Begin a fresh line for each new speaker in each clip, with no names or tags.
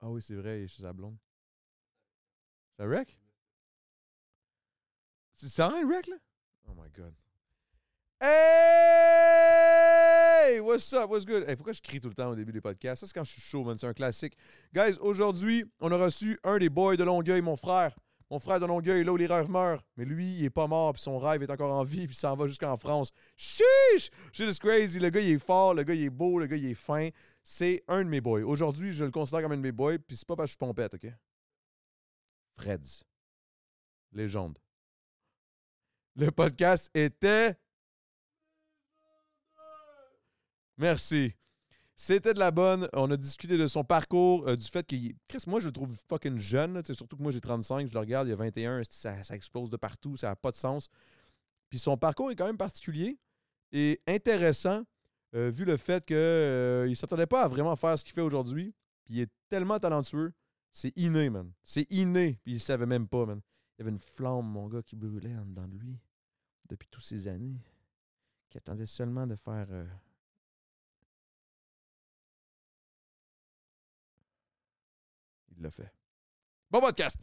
Ah oui, c'est vrai, il est chez sa blonde. C'est un wreck? C'est c'est vraiment un wreck, là? Oh my god. Hey! What's up? What's good? Hey, pourquoi je crie tout le temps au début des podcasts? Ça, c'est quand je suis chaud, man. C'est un classique. Guys, aujourd'hui, on a reçu un des boys de Longueuil, mon frère. Mon frère de Longueuil, là où les rêves meurent. Mais lui, il est pas mort, puis son rêve est encore en vie, puis il s'en va jusqu'en France. Chiche! Shit is crazy. Le gars, il est fort, le gars, il est beau, le gars, il est fin. C'est un de mes boys. Aujourd'hui, je le considère comme un de mes boys, puis c'est pas parce que je suis pompette, OK? Freds. Légende. Le podcast était... Merci. C'était de la bonne. On a discuté de son parcours, euh, du fait qu'il. Chris, moi, je le trouve fucking jeune. là. Tu sais, Surtout que moi, j'ai 35, je le regarde, il y a 21, ça, ça explose de partout, ça n'a pas de sens. Puis son parcours est quand même particulier et intéressant, euh, vu le fait qu'il ne s'attendait pas à vraiment faire ce qu'il fait aujourd'hui. Puis il est tellement talentueux. C'est inné, man. C'est inné. Puis il ne savait même pas, man. Il y avait une flamme, mon gars, qui brûlait en dedans de lui depuis toutes ces années, qui attendait seulement de faire. euh, Il l'a fait. Bon podcast!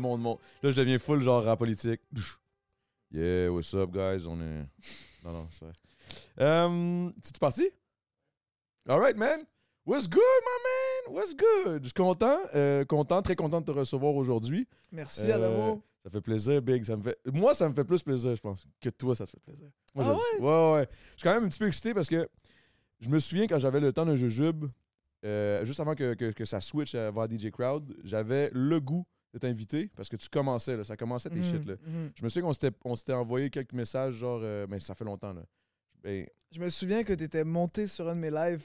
Mon, mon- Là, je deviens full genre en politique. Yeah, what's up, guys? On est. Non, non, c'est vrai. Euh, tu parti? Alright, man. What's good, my man? What's good? Je suis content, euh, content, très content de te recevoir aujourd'hui.
Merci,
Euh,
Adamo.
Ça fait plaisir, Big. Ça me fait... Moi, ça me fait plus plaisir, je pense, que toi, ça te fait plaisir. Moi,
Ah
je- ouais? Ouais, ouais. Je suis quand même un petit peu excité parce que je me souviens quand j'avais le temps d'un jujube, euh, juste avant que, que- que ça switch à- vers DJ Crowd, j'avais le goût de t'inviter parce que tu commençais, là, ça commençait tes
Mm,
shit. Là.
mm.
Je me souviens qu'on s'était- on s'était envoyé quelques messages, genre, euh, ben, ça fait longtemps. Là. Ben,
Je me souviens que t'étais monté sur un de mes lives.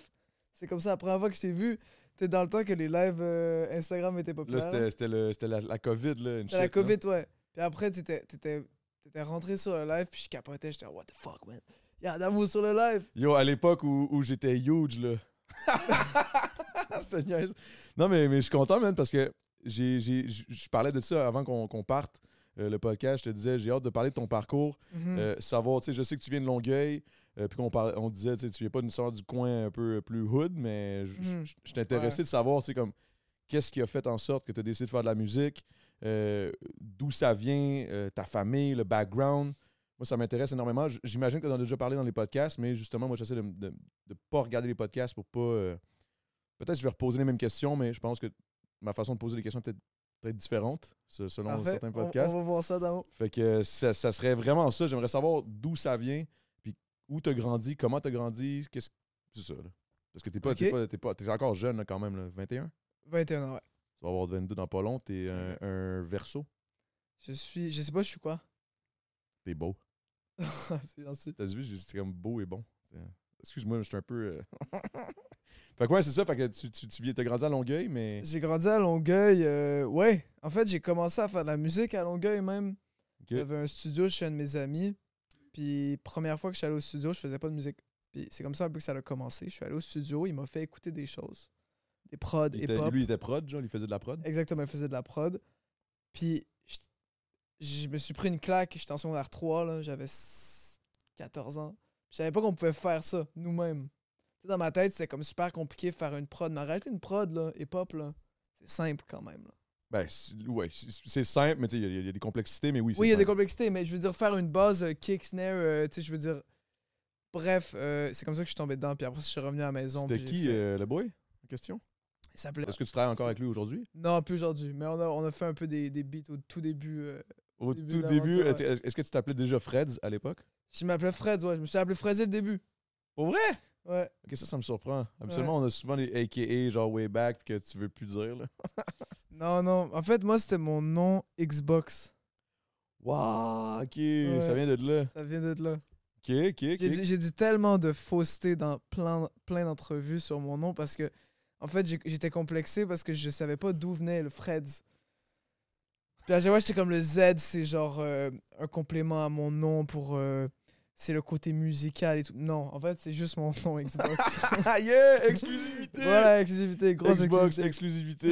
C'est comme ça, la première fois que je t'ai vu, t'es dans le temps que les lives euh, Instagram étaient
là,
populaires.
c'était- c'était le- c'était la, la COVID. là, une
C'est la
shit, là.
COVID, ouais. Puis après, t'étais t'étais- t'étais rentré sur le live, puis je capotais, j'étais « What the fuck, man? Y'a Adamo sur le live!
Yo, à l'époque où, où j'étais huge, là. je te niaise. Non, mais, mais je suis content, man, parce que j'ai, j'ai- j- je parlais de ça avant qu'on, qu'on parte euh, le podcast. Je te disais, j'ai hâte de parler de ton parcours.
Mhm.
euh, savoir, tu sais, je sais que tu viens de Longueuil, euh, puis qu'on parlait, on disait, tu sais, tu viens pas d'une sorte du coin un peu plus hood, mais je- je
Mhm.
je suis intéressé de savoir, tu sais, comme, qu'est-ce qui a fait en sorte que tu as décidé de faire de la musique, euh, d'où ça vient, euh, ta famille, le background. Moi, ça m'intéresse énormément. J- J'imagine que tu en as déjà parlé dans les podcasts, mais justement, moi, j'essaie de ne pas regarder les podcasts pour pas. euh, peut-être que je vais reposer les mêmes questions, mais je pense que ma façon de poser les questions est peut-être, peut-être différente se- selon
Parfait.
certains
On-
podcasts.
On, va voir ça, Adamo.
Fait que ça, ça serait vraiment ça. J'aimerais savoir d'où ça vient, puis où t'as grandi, comment t'as grandi, qu'est-ce c'est ça là. Parce que t'es pas,
Ok.
t'es pas, t'es pas- t'es encore jeune là, quand même, là, 21. Tu
21 ans, ouais.
vas avoir 22 dans pas long, t'es un, un verso.
Je suis... Je sais pas, je suis quoi.
T'es beau.
C'est gentil.
T'as vu, j'ai- c'est comme beau et bon. C'est- euh, Excuse-moi, mais je suis un peu. euh, fait que ouais, c'est ça. Fait que tu, tu, tu viens, t'as grandi à Longueuil, mais.
J'ai grandi à Longueuil, euh, ouais. En fait, j'ai commencé à faire de la musique à Longueuil, même.
Ok.
J'avais un studio chez un de mes amis. Puis première fois que je suis allé au studio, je faisais pas de musique. Puis c'est comme ça un peu que ça a commencé. Je suis allé au studio, il m'a fait écouter des choses. Des prods,
il était-
hip-hop.
lui, il était prod, genre, il faisait de la prod.
Exactement, il faisait de la prod. Puis je, je me suis pris une claque, j'étais en secondaire 3, là, j'avais s- 14 ans. Je savais pas qu'on pouvait faire ça nous-mêmes. Tu sais, Dans ma tête, c'était comme super compliqué de faire une prod. Mais en réalité, une prod, là, hip-hop, là, c'est simple quand même. là.
Ben, c'est- ouais, c'est c'est simple, mais tu sais, il y a- il y, a des complexités, mais oui, c'est
Oui, il y a des
simple.
complexités, mais je veux dire, faire une base, euh, kick, snare, euh, tu sais, je veux dire. Bref, euh, c'est comme ça que je suis tombé dedans, puis après, je suis revenu à la maison.
C'était
puis j'ai
qui,
fait-
euh, le boy, en question?
Il s'appelait.
Est-ce que tu travailles encore avec lui aujourd'hui?
Non, plus aujourd'hui, mais on a, on a fait un peu des, des beats au tout début. euh.
Au
début
tout
de
début,
l'aventure,
est- est-ce est-ce que tu t'appelais déjà Freds à l'époque?
Je m'appelais Fred, ouais, je me suis appelé Fred dès le début.
Pour vrai?
Ouais.
Ok, ça, ça me surprend. Habituellement, on a souvent les AKA genre way back que tu veux plus dire. Là.
Non, non, en fait, moi, c'était mon nom Xbox.
Wow, ok, ça
Ouais.
vient de là.
Ça vient d'être là.
Ok, ok, ok.
J'ai dit, j'ai dit tellement de faussetés dans plein, plein d'entrevues sur mon nom parce que, En fait, j'ai- j'étais complexé parce que je savais pas d'où venait le Freds. Puis à chaque fois, j'étais comme le Z, c'est genre euh, un complément à mon nom pour. euh, c'est le côté musical et tout. Non, en fait, c'est juste mon nom Xbox.
Ah yeah, exclusivité.
voilà, exclusivité, grosse
Xbox,
exclusivité.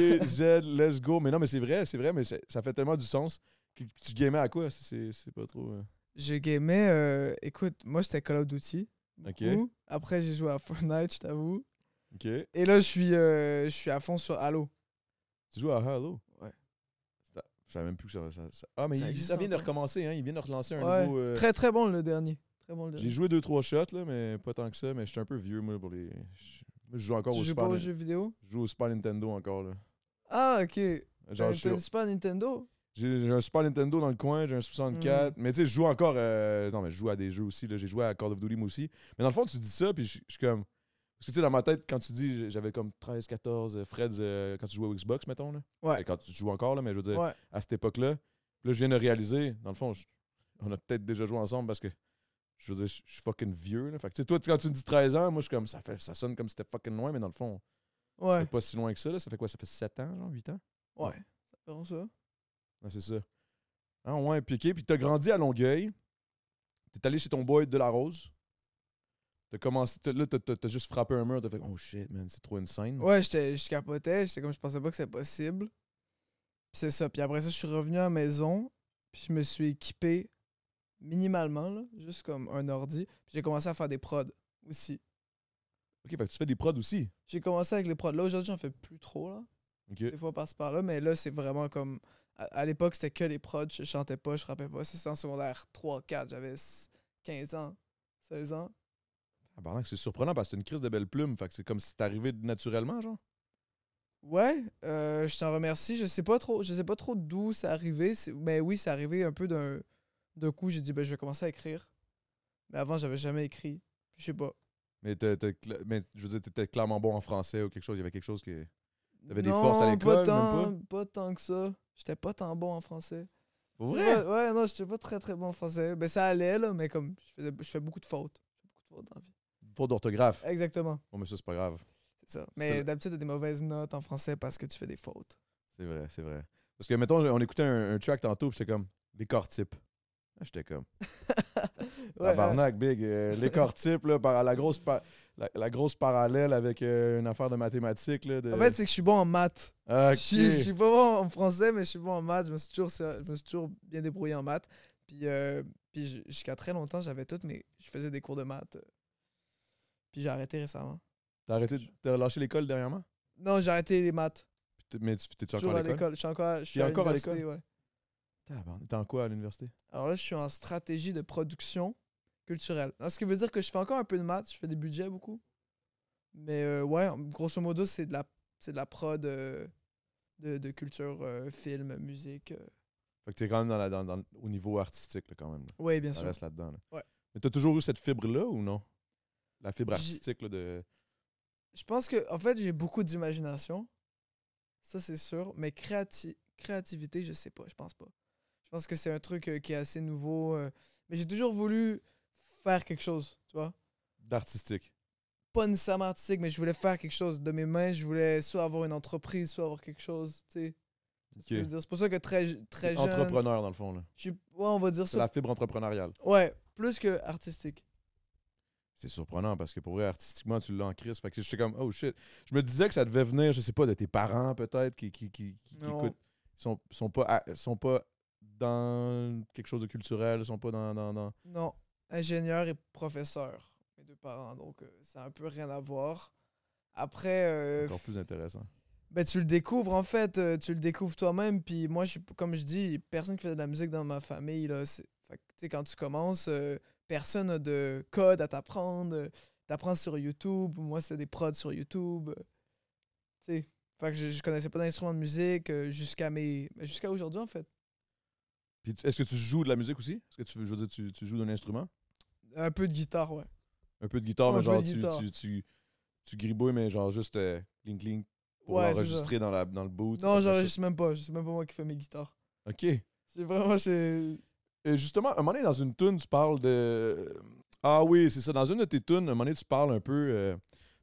exclusivité, Z, let's go. Mais non, mais c'est vrai, c'est vrai, mais c'est- ça fait tellement du sens. que tu gamais à quoi C'est c'est pas trop. euh.
Je gamais, euh, écoute, moi j'étais Call of Duty.
Ok.
beaucoup. Après, j'ai joué à Fortnite, je t'avoue.
Ok.
Et là, je suis, euh, je suis à fond sur Halo.
Tu joues à Halo
Ouais.
C'est- Je savais même plus que ça. ça- ça- Ah, mais
Ça
il-
existe
ça vient de
encore.
recommencer, hein. Il vient de relancer un
Ouais,
nouveau. euh,
Très très bon le dernier. Très bon le
J'ai
dernier.
joué deux, trois shots, là, mais pas tant que ça. Mais je suis un peu vieux, moi, pour les. Je moi, je joue encore
Tu
au
joues
Super,
pas aux
Nin-
jeux vidéo
je joue au Super Nintendo encore, là.
Ah, ok.
Genre,
T'as
je suis-
t'as une Super Nintendo
j'ai j'ai un Super Nintendo dans le coin, j'ai un
Mm.
64. Mais tu sais, je joue encore. euh, Non, mais je joue à des jeux aussi, là. J'ai joué à Call of Duty, moi aussi. Mais dans le fond, tu dis ça, puis je je suis comme. Parce que tu sais, dans ma tête, quand tu dis j'avais comme 13, 14, euh, Fred, euh, quand tu jouais au Xbox, mettons, là.
Ouais.
Et Quand tu joues encore, là, mais je veux dire.
Ouais.
à cette époque-là. Puis là, je viens de réaliser, dans le fond, je- on a peut-être déjà joué ensemble parce que je veux dire, je je suis fucking vieux. Là. Fait que, tu sais, toi, quand tu me dis 13 ans, moi, je suis comme, ça, fait, ça sonne comme si c'était fucking loin, mais dans le fond, c'est
Ouais.
pas si loin que ça. Là. Ça fait quoi Ça fait 7 ans, genre 8 ans
Ouais. C'est vraiment ça.
Ouais, C'est ça. Ah ouais, puis ok, puis t'as grandi à Longueuil. T'es allé chez ton boy de la Rose. T'as commencé, t'as- là, t'as- t'as t'as juste frappé un mur, t'as fait, oh shit, man, c'est trop insane.
Ouais, j'étais- je capotais. J'étais comme, je pensais pas que c'était possible. Puis c'est ça. Puis après ça, je suis revenu à la maison. Puis je me suis équipé minimalement, là, juste comme un ordi. Puis j'ai commencé à faire des prods aussi.
Ok, fait que tu fais des prods aussi.
J'ai commencé avec les prods. Là, aujourd'hui, j'en fais plus trop, là.
Ok.
des fois par-ci par-là, mais là, c'est vraiment comme. À, à l'époque, c'était que les prods, je chantais pas, je rappais pas. Ça, C'était en secondaire 3, 4, j'avais s- 15 ans, 16 ans.
Ah, barnac, c'est surprenant parce que c'est une crise de belle plume. Fait que c'est comme si t'arrivais naturellement, genre.
Ouais, euh, je t'en remercie. Je sais pas trop, je sais pas trop d'où c'est arrivé, c'est- mais oui, c'est arrivé un peu d'un d'un coup. J'ai dit, ben, je vais commencer à écrire. Mais avant, j'avais jamais écrit. Je sais pas.
Mais, t'as- t'as cla- mais je veux dire, t'étais clairement bon en français ou quelque chose. Il y avait quelque chose que. T'avais des
Non,
forces à l'école,
pas
même
tant, pas tant que ça. J'étais pas tant bon en français.
Pour
Ouais, ouais, non, j'étais pas très très bon en français. Ben, ça allait, là, mais comme, je, faisais, je fais beaucoup de fautes. Je fais beaucoup de fautes dans la vie.
Faute d'orthographe.
Exactement.
Bon, mais ça, c'est pas grave.
C'est ça.
C'est
Mais
le-
d'habitude, t'as des mauvaises notes en français parce que tu fais des fautes.
C'est vrai, c'est vrai. Parce que, mettons, on écoutait un, un track tantôt, puis j'étais comme. Les corps types. Là, J'étais comme. Ah,
Ouais,
tabarnak, big. euh, les corps types, là, par, la, grosse pa- la, la grosse parallèle avec euh, une affaire de mathématiques. Là, de... Ah,
ouais. En fait, c'est que je suis bon en maths.
euh, Ok.
Je, suis, je suis pas bon en français, mais je suis bon en maths. Je me suis toujours, ser- je me suis toujours bien débrouillé en maths. Puis, euh, puis j- jusqu'à très longtemps, j'avais toutes mes. Je faisais des cours de maths. euh. Puis j'ai arrêté récemment.
T'as arrêté, de- t'as lâché l'école dernièrement?
Non, j'ai arrêté les maths.
Puis t'es- Mais tu- t'es-tu
Toujours
encore
à
à l'école?
l'école. Je suis encore, je suis
T'es
à
encore à
l'université, ouais.
Tabarnak, T'es en quoi à l'université?
Alors là, je suis en stratégie de production culturelle. Alors, ce qui veut dire que je fais encore un peu de maths, je fais des budgets beaucoup. Mais euh, ouais, en- grosso modo, c'est de la, c'est de la prod euh, de, de culture, euh, film, musique. euh.
Fait que t'es quand même dans la, dans, dans- au niveau artistique, là, quand même. là.
Ouais, bien
Ça
sûr.
reste là-dedans. là.
Ouais.
Mais t'as toujours eu cette fibre-là ou non? La fibre
J'ai-
artistique là, de.
Je pense que, en fait, j'ai beaucoup d'imagination. Ça, c'est sûr. Mais créati- créativité, je sais pas, je pense pas. Je pense que c'est un truc euh, qui est assez nouveau. euh, mais j'ai toujours voulu faire quelque chose, tu vois.
d'artistique.
pas nécessairement artistique, mais je voulais faire quelque chose de mes mains. Je voulais soit avoir une entreprise, soit avoir quelque chose, tu sais.
Ok.
Je veux dire, C'est pour ça que très, très jeune...
Entrepreneur, dans le fond. là.
je suis- Ouais, on va dire
C'est
ça.
la fibre entrepreneuriale.
Ouais, plus que artistique.
C'est surprenant parce que pour vrai, artistiquement, tu l'as en crise. Fait que j'étais comme, oh shit. Je me disais que ça devait venir, je sais pas, de tes parents peut-être qui, qui, qui, qui- qui
Non.
écoutent. Ils sont, sont, pas, à- sont pas dans quelque chose de culturel, ils sont pas dans. dans, dans-
Non, ingénieur et professeur, mes deux parents, donc euh, ça a un peu rien à voir. Après, euh,
Encore plus intéressant.
ben, tu le découvres en fait, euh, tu le découvres toi-même. Puis moi, je, suis- comme je dis, personne qui fait de la musique dans ma famille. Là, c'est- fait que, tu sais, quand tu commences, euh, personne n'a de code à t'apprendre. euh, T'apprends sur YouTube. Moi, c'est des prods sur YouTube. euh, tu sais. Fait que je, je connaissais pas d'instrument de musique euh, jusqu'à mes ben, jusqu'à aujourd'hui en fait.
Puis tu- est-ce que tu joues de la musique aussi? Est-ce que tu, je veux dire, tu, tu joues d'un instrument?
Un peu de guitare, ouais.
Un peu de guitare,
Un
mais
peu
genre
de
tu,
guitare.
tu, tu, tu gribouilles, mais genre juste euh, clink clink pour
Ouais, c'est ça.
enregistrer dans, la, dans le boot.
Non,
après ça-
j'enregistre même pas. C'est même pas moi qui fais mes guitares.
Ok.
C'est vraiment chez.
Euh, justement, à un moment donné, dans une tune, tu parles de. Ah oui, c'est ça. Dans une de tes tunes, à un moment donné, tu parles un peu. euh,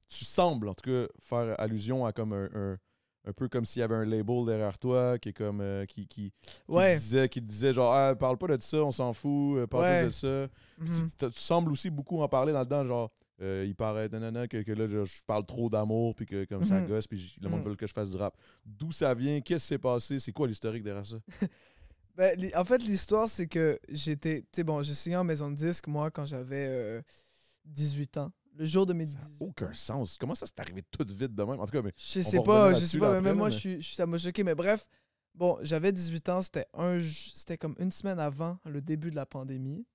tu sembles, en tout cas, faire allusion à comme un, un, un peu comme s'il y avait un label derrière toi qui est comme euh, qui, qui, qui
Ouais.
te disait, qui te disait genre Ah, parle pas de ça, on s'en fout, euh, parle pas
Ouais.
de ça. Puis tu-
Mhm.
t'as- tu, sembles aussi beaucoup en parler dans le temps, genre euh, il paraît nanana, que, que là je, je parle trop d'amour puis que comme ça
Mhm.
gosse puis j- le monde
Mhm.
veut que je fasse du rap. D'où ça vient Qu'est-ce qui s'est passé C'est quoi l'historique derrière ça
Ben, li- en fait, l'histoire, c'est que j'étais. Tu sais, bon, j'ai signé en maison de disque, moi, quand j'avais euh, 18 ans. Le jour de mes 18
Aucun sens. Comment ça c'est arrivé tout vite de même En tout cas, mais
Je
On
sais
va
pas,
revenir
je
là-dessus
sais pas, mais
après,
même
là,
moi,
mais-
je suis- je- ça m'a choqué. Mais bref, bon, j'avais 18 ans, c'était un, j- c'était comme une semaine avant le début de la pandémie.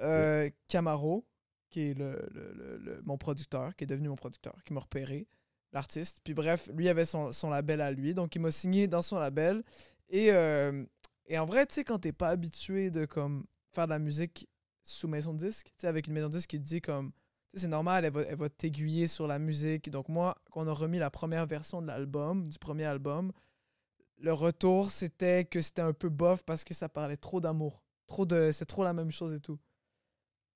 Euh, Camaro, qui est le, le- le- le- mon producteur, qui est devenu mon producteur, qui m'a repéré, l'artiste. Puis bref, lui avait son, son label à lui, donc il m'a signé dans son label. Et, euh, et en vrai, tu sais, quand t'es pas habitué de comme faire de la musique sous maison de disque, tu sais, avec une maison de disque qui te dit comme tu sais, c'est normal, elle va, elle va t'aiguiller sur la musique. Donc moi, quand on a remis la première version de l'album, du premier album, le retour, c'était que c'était un peu bof parce que ça parlait trop d'amour. Trop de... C'est trop la même chose et tout.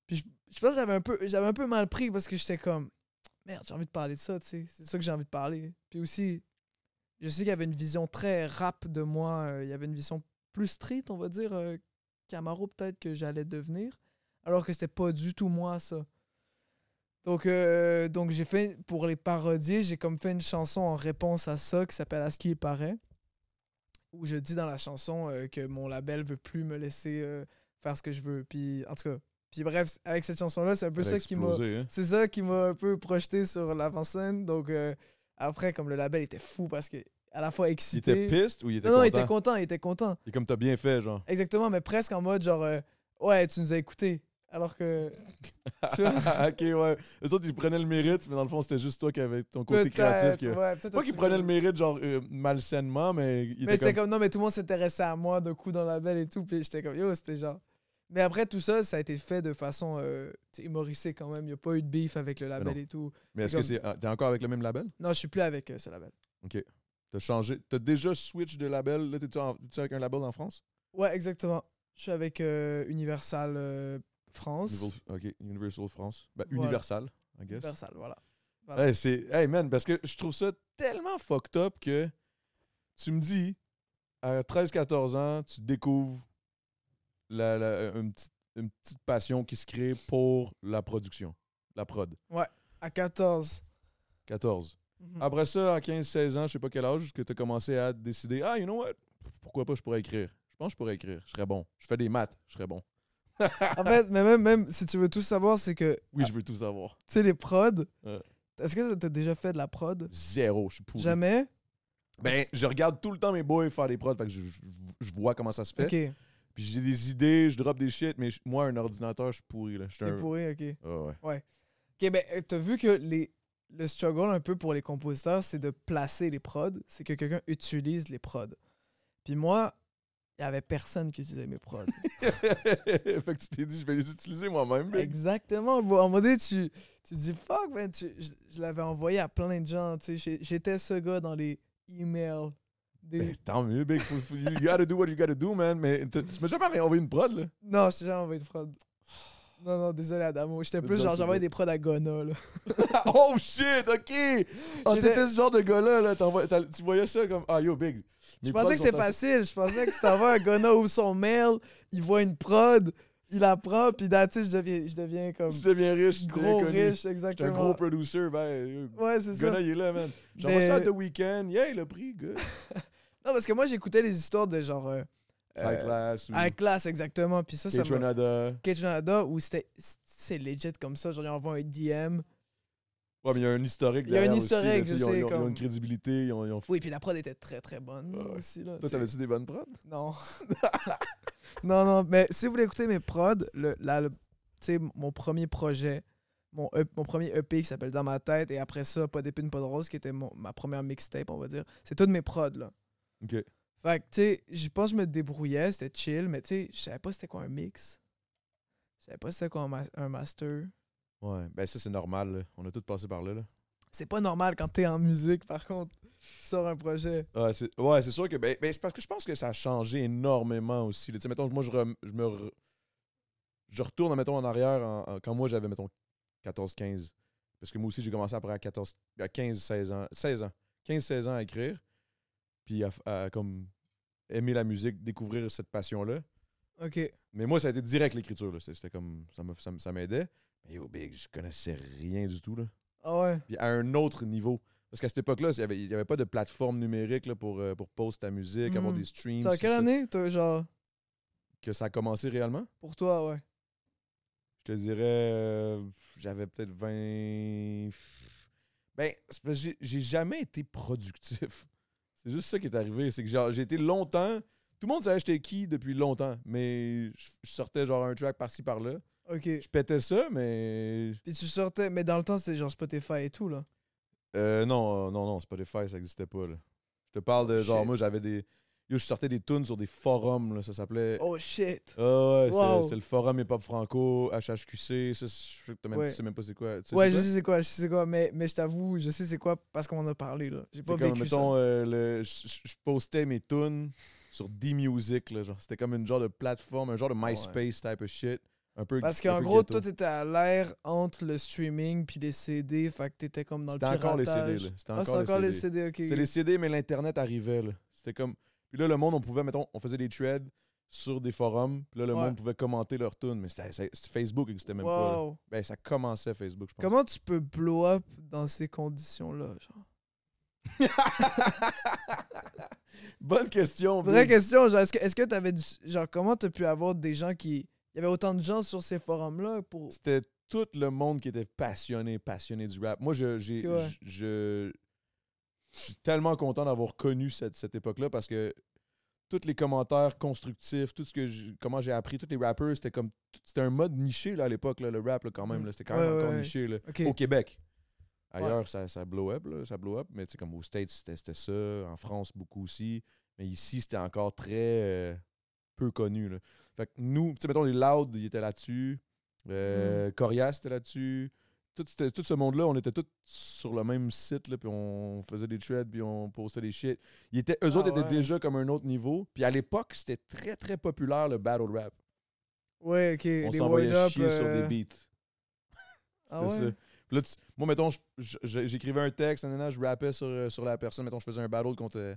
Puis je, je pense que j'avais un, peu, j'avais un peu mal pris parce que j'étais comme... Merde, j'ai envie de parler de ça, tu sais. C'est ça que j'ai envie de parler. Puis aussi, je sais qu'il y avait une vision très rap de moi. euh, il y avait une vision plus street, on va dire, euh, Camaro peut-être que j'allais devenir. Alors que c'était pas du tout moi, ça. Donc, euh, donc j'ai fait, pour les parodier, j'ai comme fait une chanson en réponse à ça qui s'appelle À ce qu'il paraît, où je dis dans la chanson euh, que mon label veut plus me laisser euh, faire ce que je veux. Puis, en tout cas, puis bref, avec cette chanson-là, c'est un peu
ça
ça,
a
qui m'a.
explosé, hein?
C'est ça qui m'a un peu projeté sur l'avant-scène. Donc, euh, après, comme le label était fou parce que à la fois
Il
excité.
était piste ou il était
non, non, il
content
était content, il était content.
Et comme t'as bien fait, genre.
Exactement, mais presque en mode genre, euh, ouais, tu nous as écoutés. Alors que. tu vois?
Ah, ok, ouais. Eux autres, ils prenaient le mérite, mais dans le fond, c'était juste toi qui avais ton côté
Peut-être,
créatif. qui-
ouais, peut-être un
Pas qu'ils
truc
prenaient le
comme-
mérite, genre, euh, malsainement, mais ils
Mais
étaient
c'était
comme...
comme... non, mais tout le monde s'intéressait à moi d'un coup dans la belle et tout. Puis j'étais comme, yo, c'était genre. Mais après, tout ça, ça a été fait de façon euh, tu sais, humoristique quand même. Il n'y a pas eu de beef avec le label
non.
et tout.
Mais est-ce que c'est... ah, T'es encore avec le même label?
Non, je suis plus avec euh, ce label.
T'as changé... T'as déjà switch de label? Là, t'es-tu en- t'es-tu avec un label en France?
Ouais, exactement. Je suis avec euh, Universal euh, France.
Universal- Ok, Universal France. Ben,
Voilà.
Universal, I guess.
Universal, voilà.
Hey, c'est... Hey, man, parce que je trouve ça tellement fucked up que tu me dis, à 13-14 ans, tu découvres la, la- une, petite, une petite passion qui se crée pour la production, la prod.
À 14.
14.
Mhm.
Après ça, à 15-16 ans, je sais pas quel âge, que tu as commencé à décider Ah, you know what Pourquoi pas, je pourrais écrire. Je pense que je pourrais écrire. Je serais bon. Je fais des maths, je serais bon.
En fait, mais même, même si tu veux tout savoir, c'est que, tu
Oui, je veux tout savoir.
sais, les prods.
Ouais.
Est-ce que t'as déjà fait de la prod
Zéro, je suis pourri.
Jamais
Ben, je regarde tout le temps mes boys faire des prods, fait que je, je- je vois comment ça se fait.
Ok. T'es
Puis j'ai des idées, je drop des shit, mais je- moi, un ordinateur, je suis pourri. Là. Je suis un...
pourri, ok.
Ah ouais.
Ok, ben, euh, t'as vu que les, le struggle un peu pour les compositeurs, c'est de placer les prods, c'est que quelqu'un utilise les prods. Puis moi, il y avait personne qui utilisait mes prods.
fait que tu t'es dit, je vais les utiliser moi-même. mais-
Exactement. Bon, à un moment donné, tu, tu dis fuck, man, tu- je, je l'avais envoyé à plein de gens, tu sais, j'ai- j'étais ce gars dans les emails. Des...
Ben, tant mieux, Big. Faut- faut- You gotta do what you gotta do, man. Mais t- tu m'as jamais envoyé une prod, là.
Non, je t'ai jamais envoyé de prod. Non, non, désolé Adamo, j'étais plus
Non,
genre
c'est
j'envoyais
bon.
des prods à Gona, là.
oh shit, ok! Ah,
J'étais-
t'étais ce genre de gars-là, là, t'envoies- t'as- tu voyais ça comme Ah yo, big.
Je
Mes
pensais
prods
que c'était
sont à-
facile. Je pensais que si t'envoies un gonna ouvre son mail, il voit une prod, il la prend, puis d'un je deviens, je deviens comme
Tu deviens riche, tu
gros
deviens connu.
riche,
T'es un gros
exactement.
producer, ben.
Ouais, c'est ça.
Gonna, il est là, man. J'envoie
Mais-
ça à The Weeknd. Yeah, il a pris, good.
Non, parce que moi, j'écoutais les histoires de genre. Euh,
High
euh,
class. ou
High Class, exactement. Puis ça, ça
Kate
me.
Renada.
Cage Canada, où c'était. C'est legit comme ça. Genre, ils envoient un DM.
Ouais, mais il y a un historique
Il y a un
derrière.
historique,
aussi, là, tu
je
sais, ils ont-
sais,
Ils ont, ils ont
comme-
une crédibilité, ils ont. ils ont-
Oui, puis la prod était très très bonne
Ouais, ouais.
aussi. Là,
Toi,
tu sais.
t'avais-tu des bonnes prods?
Non. non, non, mais si vous voulez écouter mes prods, le, la- le- tu sais, mon premier projet, mon, E- mon premier EP qui s'appelle Dans ma tête, et après ça, Pas d'épine, pas de rose, qui était mon- ma première mixtape, on va dire, c'est toutes mes prods, là.
Ok.
Fait que, tu sais, je pense que je me débrouillais, c'était chill, mais tu sais, je savais pas c'était quoi un mix. Je savais pas c'était quoi un, ma- un master.
Ouais, ben ça, c'est normal, là. On a tous passé par là, là.
C'est pas normal quand t'es en musique, par contre, tu sors un projet.
Ouais, c'est ouais, c'est sûr que. Ben, ben, c'est parce que je pense que ça a changé énormément aussi. là. Tu sais, mettons, moi, je, rem- je me. re- je retourne, mettons, en arrière en- en- quand moi j'avais, mettons, 14-15. Parce que moi aussi, j'ai commencé après à 14, à 15, 16 ans. 16 ans. 15, 16 ans à écrire. Puis à, à, comme aimer la musique, découvrir cette passion-là.
Ok.
Mais moi, ça a été direct l'écriture. là. C'était c'était comme. Ça me- ça me- ça m'aidait. Mais yo, Big, je connaissais rien du tout. Là.
Ah ouais.
Puis à un autre niveau. Parce qu'à cette époque-là, il n'y avait, il y avait pas de plateforme numérique là, pour, euh, pour poster ta musique, avoir
Mhm.
des streams.
C'est à
c'est
quelle
ça
année, toi, genre,
Que ça a commencé réellement?
pour toi, ouais.
Je te dirais, euh, j'avais peut-être 20. Ben, c'est parce que j'ai- j'ai jamais été productif. C'est juste ça qui est arrivé. C'est que genre, j'ai été longtemps. Tout le monde savait j'étais qui depuis longtemps, mais je, je sortais genre un track par-ci par-là.
Ok.
Je pétais ça, mais.
Puis tu sortais, mais dans le temps, c'était genre Spotify et tout, là.
Euh, non, euh, non, non, Spotify, ça n'existait pas. Là. Je te parle de
Oh,
genre,
shit.
moi, j'avais des. Yo, je sortais des tunes sur des forums, là, ça s'appelait.
Oh shit.
Ah ouais, c'est-
Wow.
c'est le forum hip-hop franco, HHQC, ça, je sais que t'as même-
Ouais.
tu sais même pas c'est quoi. Tu sais
ouais,
c'est
je
quoi?
sais c'est quoi, je sais c'est quoi, mais, mais je t'avoue, je sais c'est quoi parce qu'on en a parlé, là. J'ai pas
C'est comme,
vécu ça.
mettons, euh, le- je je- je postais mes tunes sur D-Music. là, genre, C'était comme une genre de plateforme, un genre de MySpace type of shit. Un peu,
Ah Parce
un
qu'en
peu
gros,
ghetto.
toi, t'étais à l'ère entre le streaming puis les CD, fait que t'étais comme dans le
c'était
piratage.
encore les CD. là. C'était
Ah, c'est
encore,
encore
les
les
CD.
CD, ok.
C'était les CD, mais l'Internet arrivait. là. C'était comme. Puis là, le monde, on pouvait, mettons, on faisait des threads sur des forums. Puis là, le
Ouais.
monde pouvait commenter leurs tunes. Mais c'était- c'est- Facebook n'existait même pas. là.
Wow.
Ben, ça commençait Facebook, je pense.
Comment tu peux blow up dans ces conditions-là, genre?
Bonne question.
Vraie
Big.
question, genre, est-ce que, est-ce que t'avais du... Genre, comment t'as pu avoir des gens qui... Il y avait autant de gens sur ces forums-là pour...
c'était tout le monde qui était passionné, passionné du rap. Moi, je, j'ai,
Ok, ouais.
je, je- je suis tellement content d'avoir connu cette, cette époque-là parce que tous les commentaires constructifs, tout ce que je- comment j'ai appris, tous les rappers, c'était comme tout- c'était un mode niché là, à l'époque, là, le rap là, quand même.
Mm.
là, c'était quand
Ouais,
même
ouais,
encore
ouais.
niché là,
Ok.
au Québec.
Ouais.
Ailleurs, ça, ça blow up, là, ça blow up, mais tu sais, comme aux States, c'était, c'était ça, en France, beaucoup aussi. Mais ici, c'était encore très euh, peu connu. Là. Fait que nous, tu sais, mettons, les Loud, ils étaient là-dessus.
Mm.
Euh, Corias était là-dessus. Tout, c'était- tout ce monde-là, on était tous sur le même site, là, puis on faisait des threads, puis on postait des shit. Ils étaient, eux
Ah
autres étaient
ouais.
déjà comme un autre niveau. Puis à l'époque, c'était très, très populaire, le battle rap.
Ouais, ok.
On
des
s'envoyait
word-up,
chier sur
euh,
des beats.
ah
C'était
ouais?
ça. Puis là, tu- moi, mettons, je- je- je- j'écrivais un texte, nanana, je rappais sur, euh, sur la personne. Mettons, je faisais un battle contre, euh,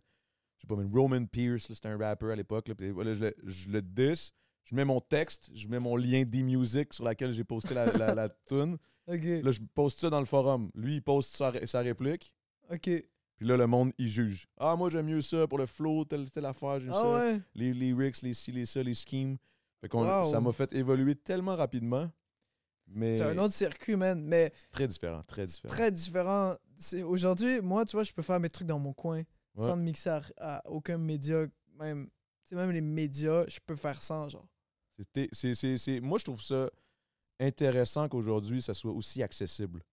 je sais pas, mais Roman Pierce, là, c'était un rappeur à l'époque. là. Puis voilà, je, le, je le diss, je mets mon texte, je mets mon lien d'e-music sur laquelle j'ai posté la, la, la tune.
Ok,
Là, je poste ça dans le forum. Lui, il poste sa, ré- sa réplique.
ok.
Puis là, le monde, il juge. Ah, moi, j'aime mieux ça pour le flow, telle, telle affaire, j'aime ça.
Ah ouais?
Les lyrics, les ci, les ça, les schemes. Fait qu'on-
Wow.
Ça m'a fait évoluer tellement rapidement. Mais
C'est un autre circuit, man. Mais
très différent, très
c'est
différent.
très différent. C'est- Aujourd'hui, moi, tu vois, je peux faire mes trucs dans mon coin
Ouais.
sans me mixer à, à aucun média. Même, tu sais, même les médias, je peux faire sans, genre.
C'était- c'est- c'est- c'est- moi, je trouve ça intéressant qu'aujourd'hui, ça soit aussi accessible.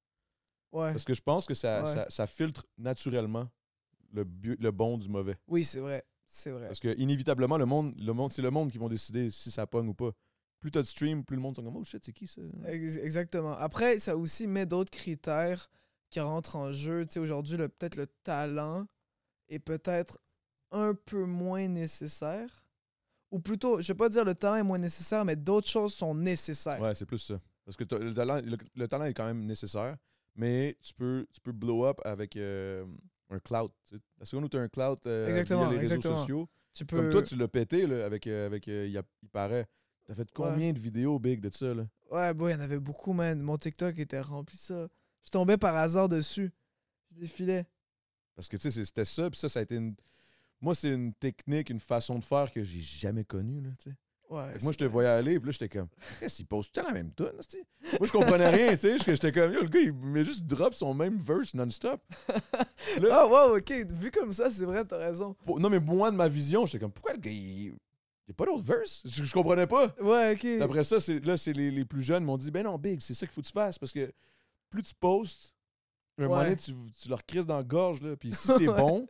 Ouais.
Parce que je pense que ça,
Ouais.
ça, ça filtre naturellement le, bu- le bon du mauvais.
Oui, c'est vrai. C'est vrai.
Parce que inévitablement, le monde, le monde, c'est le monde qui vont décider si ça pogne ou pas. Plus t'as de stream, plus le monde sont comme Oh shit, c'est qui ça?
Ex- Exactement. Après, ça aussi met d'autres critères qui rentrent en jeu. Tu sais, aujourd'hui, le- peut-être le talent est peut-être un peu moins nécessaire. Ou plutôt, je vais pas dire le talent est moins nécessaire, mais d'autres choses sont nécessaires.
Ouais, c'est plus ça. Parce que t'as- le talent, le, le talent est quand même nécessaire, mais tu peux, tu peux blow up avec euh, un cloud. tu sais. La seconde où tu as un cloud euh,
Exactement,
via les réseaux
exactement.
sociaux,
Tu peux...
Comme toi, tu l'as pété là, avec, euh, avec euh, il, a- il paraît. T'as fait combien de vidéos, Big, de ça? Là?
Ouais, bon, il y en avait beaucoup, man. Mon TikTok était rempli, ça. Je tombais par hasard dessus. Je défilais.
Parce que, tu sais, c'est- c'était ça, puis ça, ça a été une... Moi, c'est une technique, une façon de faire que j'ai jamais connue, là, tu sais.
Ouais.
Fait que Moi, je te voyais aller, puis là, j'étais comme, qu'est-ce qu'il pose tout le temps la même tune, tu sais? Moi, je comprenais rien, tu sais. J'étais- J'étais comme, yo, le gars, il met juste drop son même verse non-stop.
c'est- Ah, wow, ok. Vu comme ça, c'est vrai, t'as raison.
Pour- Non, mais moi, de ma vision, j'étais comme, pourquoi le gars, il... Il n'y a pas d'autre verse? Je, je comprenais pas.
Ouais, ok.
Puis Après ça, c'est, là, c'est les, les plus jeunes m'ont dit Ben non, Big, c'est ça qu'il faut que tu fasses parce que plus tu postes, un moment
Ouais.
donné, tu, tu leur crises dans la gorge. Là, puis si c'est
Ouais.
bon,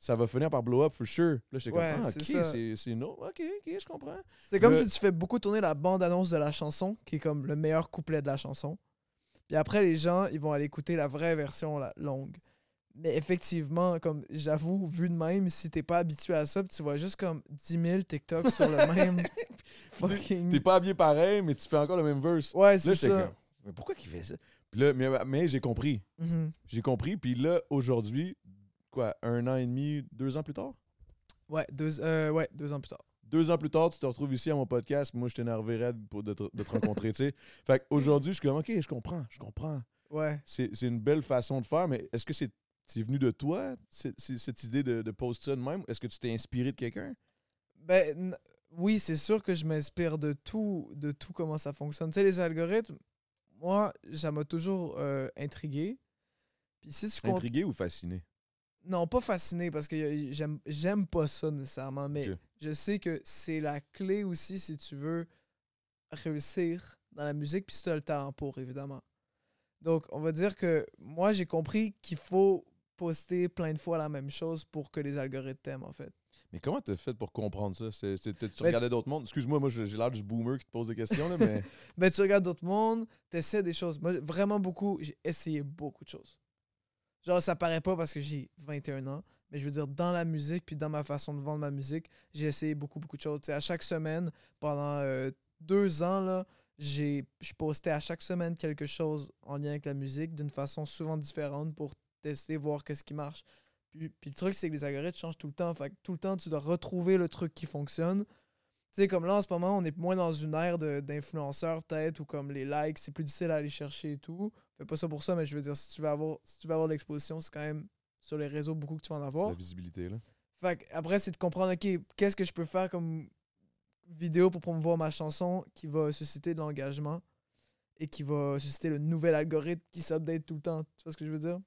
ça va finir par blow up for sure. Là, j'étais
Ouais,
comme Ah,
c'est
ok,
ça.
c'est, c'est une autre. Ok, ok, je comprends.
C'est comme
Le-
si tu fais beaucoup tourner la bande-annonce de la chanson, qui est comme le meilleur couplet de la chanson. Puis après, les gens, ils vont aller écouter la vraie version la longue. Mais effectivement, comme j'avoue, vu de même, si t'es pas habitué à ça, puis tu vois juste comme 10 000 TikTok sur le même
T'es
fucking.
pas habillé pareil, mais tu fais encore le même verse.
Mm. Ouais,
Là,
c'est
j'étais
ça.
comme Mais pourquoi qu'il fait ça Puis là, mais, mais j'ai compris.
Mhm.
J'ai compris. Puis là, aujourd'hui, quoi, un an et demi, deux ans plus tard?
Ouais, deux, euh, ouais, deux ans plus tard.
Deux ans plus tard, tu te retrouves ici à mon podcast. Moi, je t'énerverais raide pour de te, de te rencontrer, tu sais. Fait qu'aujourd'hui, je suis comme, OK, je comprends, je comprends.
Ouais.
C'est c'est une belle façon de faire, mais est-ce que c'est c'est venu de toi, c'est- c'est- cette idée de, de poster ça de même? Est-ce que tu t'es inspiré de quelqu'un?
Ben, n- oui, c'est sûr que je m'inspire de tout, de tout comment ça fonctionne. Tu sais, les algorithmes, moi, ça m'a toujours euh, intrigué. Puis si tu comptes.
Intrigué ou fasciné?
Non, pas fasciné, parce que y a- j'aime, j'aime pas ça nécessairement, mais
Ok.
je sais que c'est la clé aussi si tu veux réussir dans la musique, puis si tu as le talent pour, évidemment. Donc, on va dire que moi, j'ai compris qu'il faut poster plein de fois la même chose pour que les algorithmes t'aiment, en fait.
Mais comment t'as fait pour comprendre ça? C'est- c'est- t'as- tu
Ben-
regardais d'autres mondes? Excuse-moi, moi, j'ai j'ai l'air du boomer qui te pose des questions, là, mais
Ben, tu regardes d'autres mondes, tu essaies des choses. Moi, vraiment beaucoup, j'ai essayé beaucoup de choses. Genre, ça paraît pas parce que j'ai 21 ans, mais je veux dire, dans la musique, puis dans ma façon de vendre ma musique, j'ai essayé beaucoup, beaucoup de choses. Tu sais, à chaque semaine, pendant euh, deux ans, là, j'ai, je postais à chaque semaine quelque chose en lien avec la musique d'une façon souvent différente pour tester, voir qu'est-ce qui marche. Puis, puis le truc, c'est que les algorithmes changent tout le temps. Fait que tout le temps, tu dois retrouver le truc qui fonctionne. Tu sais, comme là, en ce moment, on est moins dans une ère de- d'influenceurs, peut-être, ou comme les likes, c'est plus difficile à aller chercher et tout. Fais pas ça pour ça, mais je veux dire, si tu veux avoir, si tu veux avoir de l'exposition, c'est quand même sur les réseaux beaucoup que tu vas en
c'est
avoir.
la visibilité, là.
Fait que après, c'est de comprendre, OK, qu'est-ce que je peux faire comme vidéo pour promouvoir ma chanson qui va susciter de l'engagement et qui va susciter le nouvel algorithme qui s'update tout le temps. Tu vois ce que je veux dire?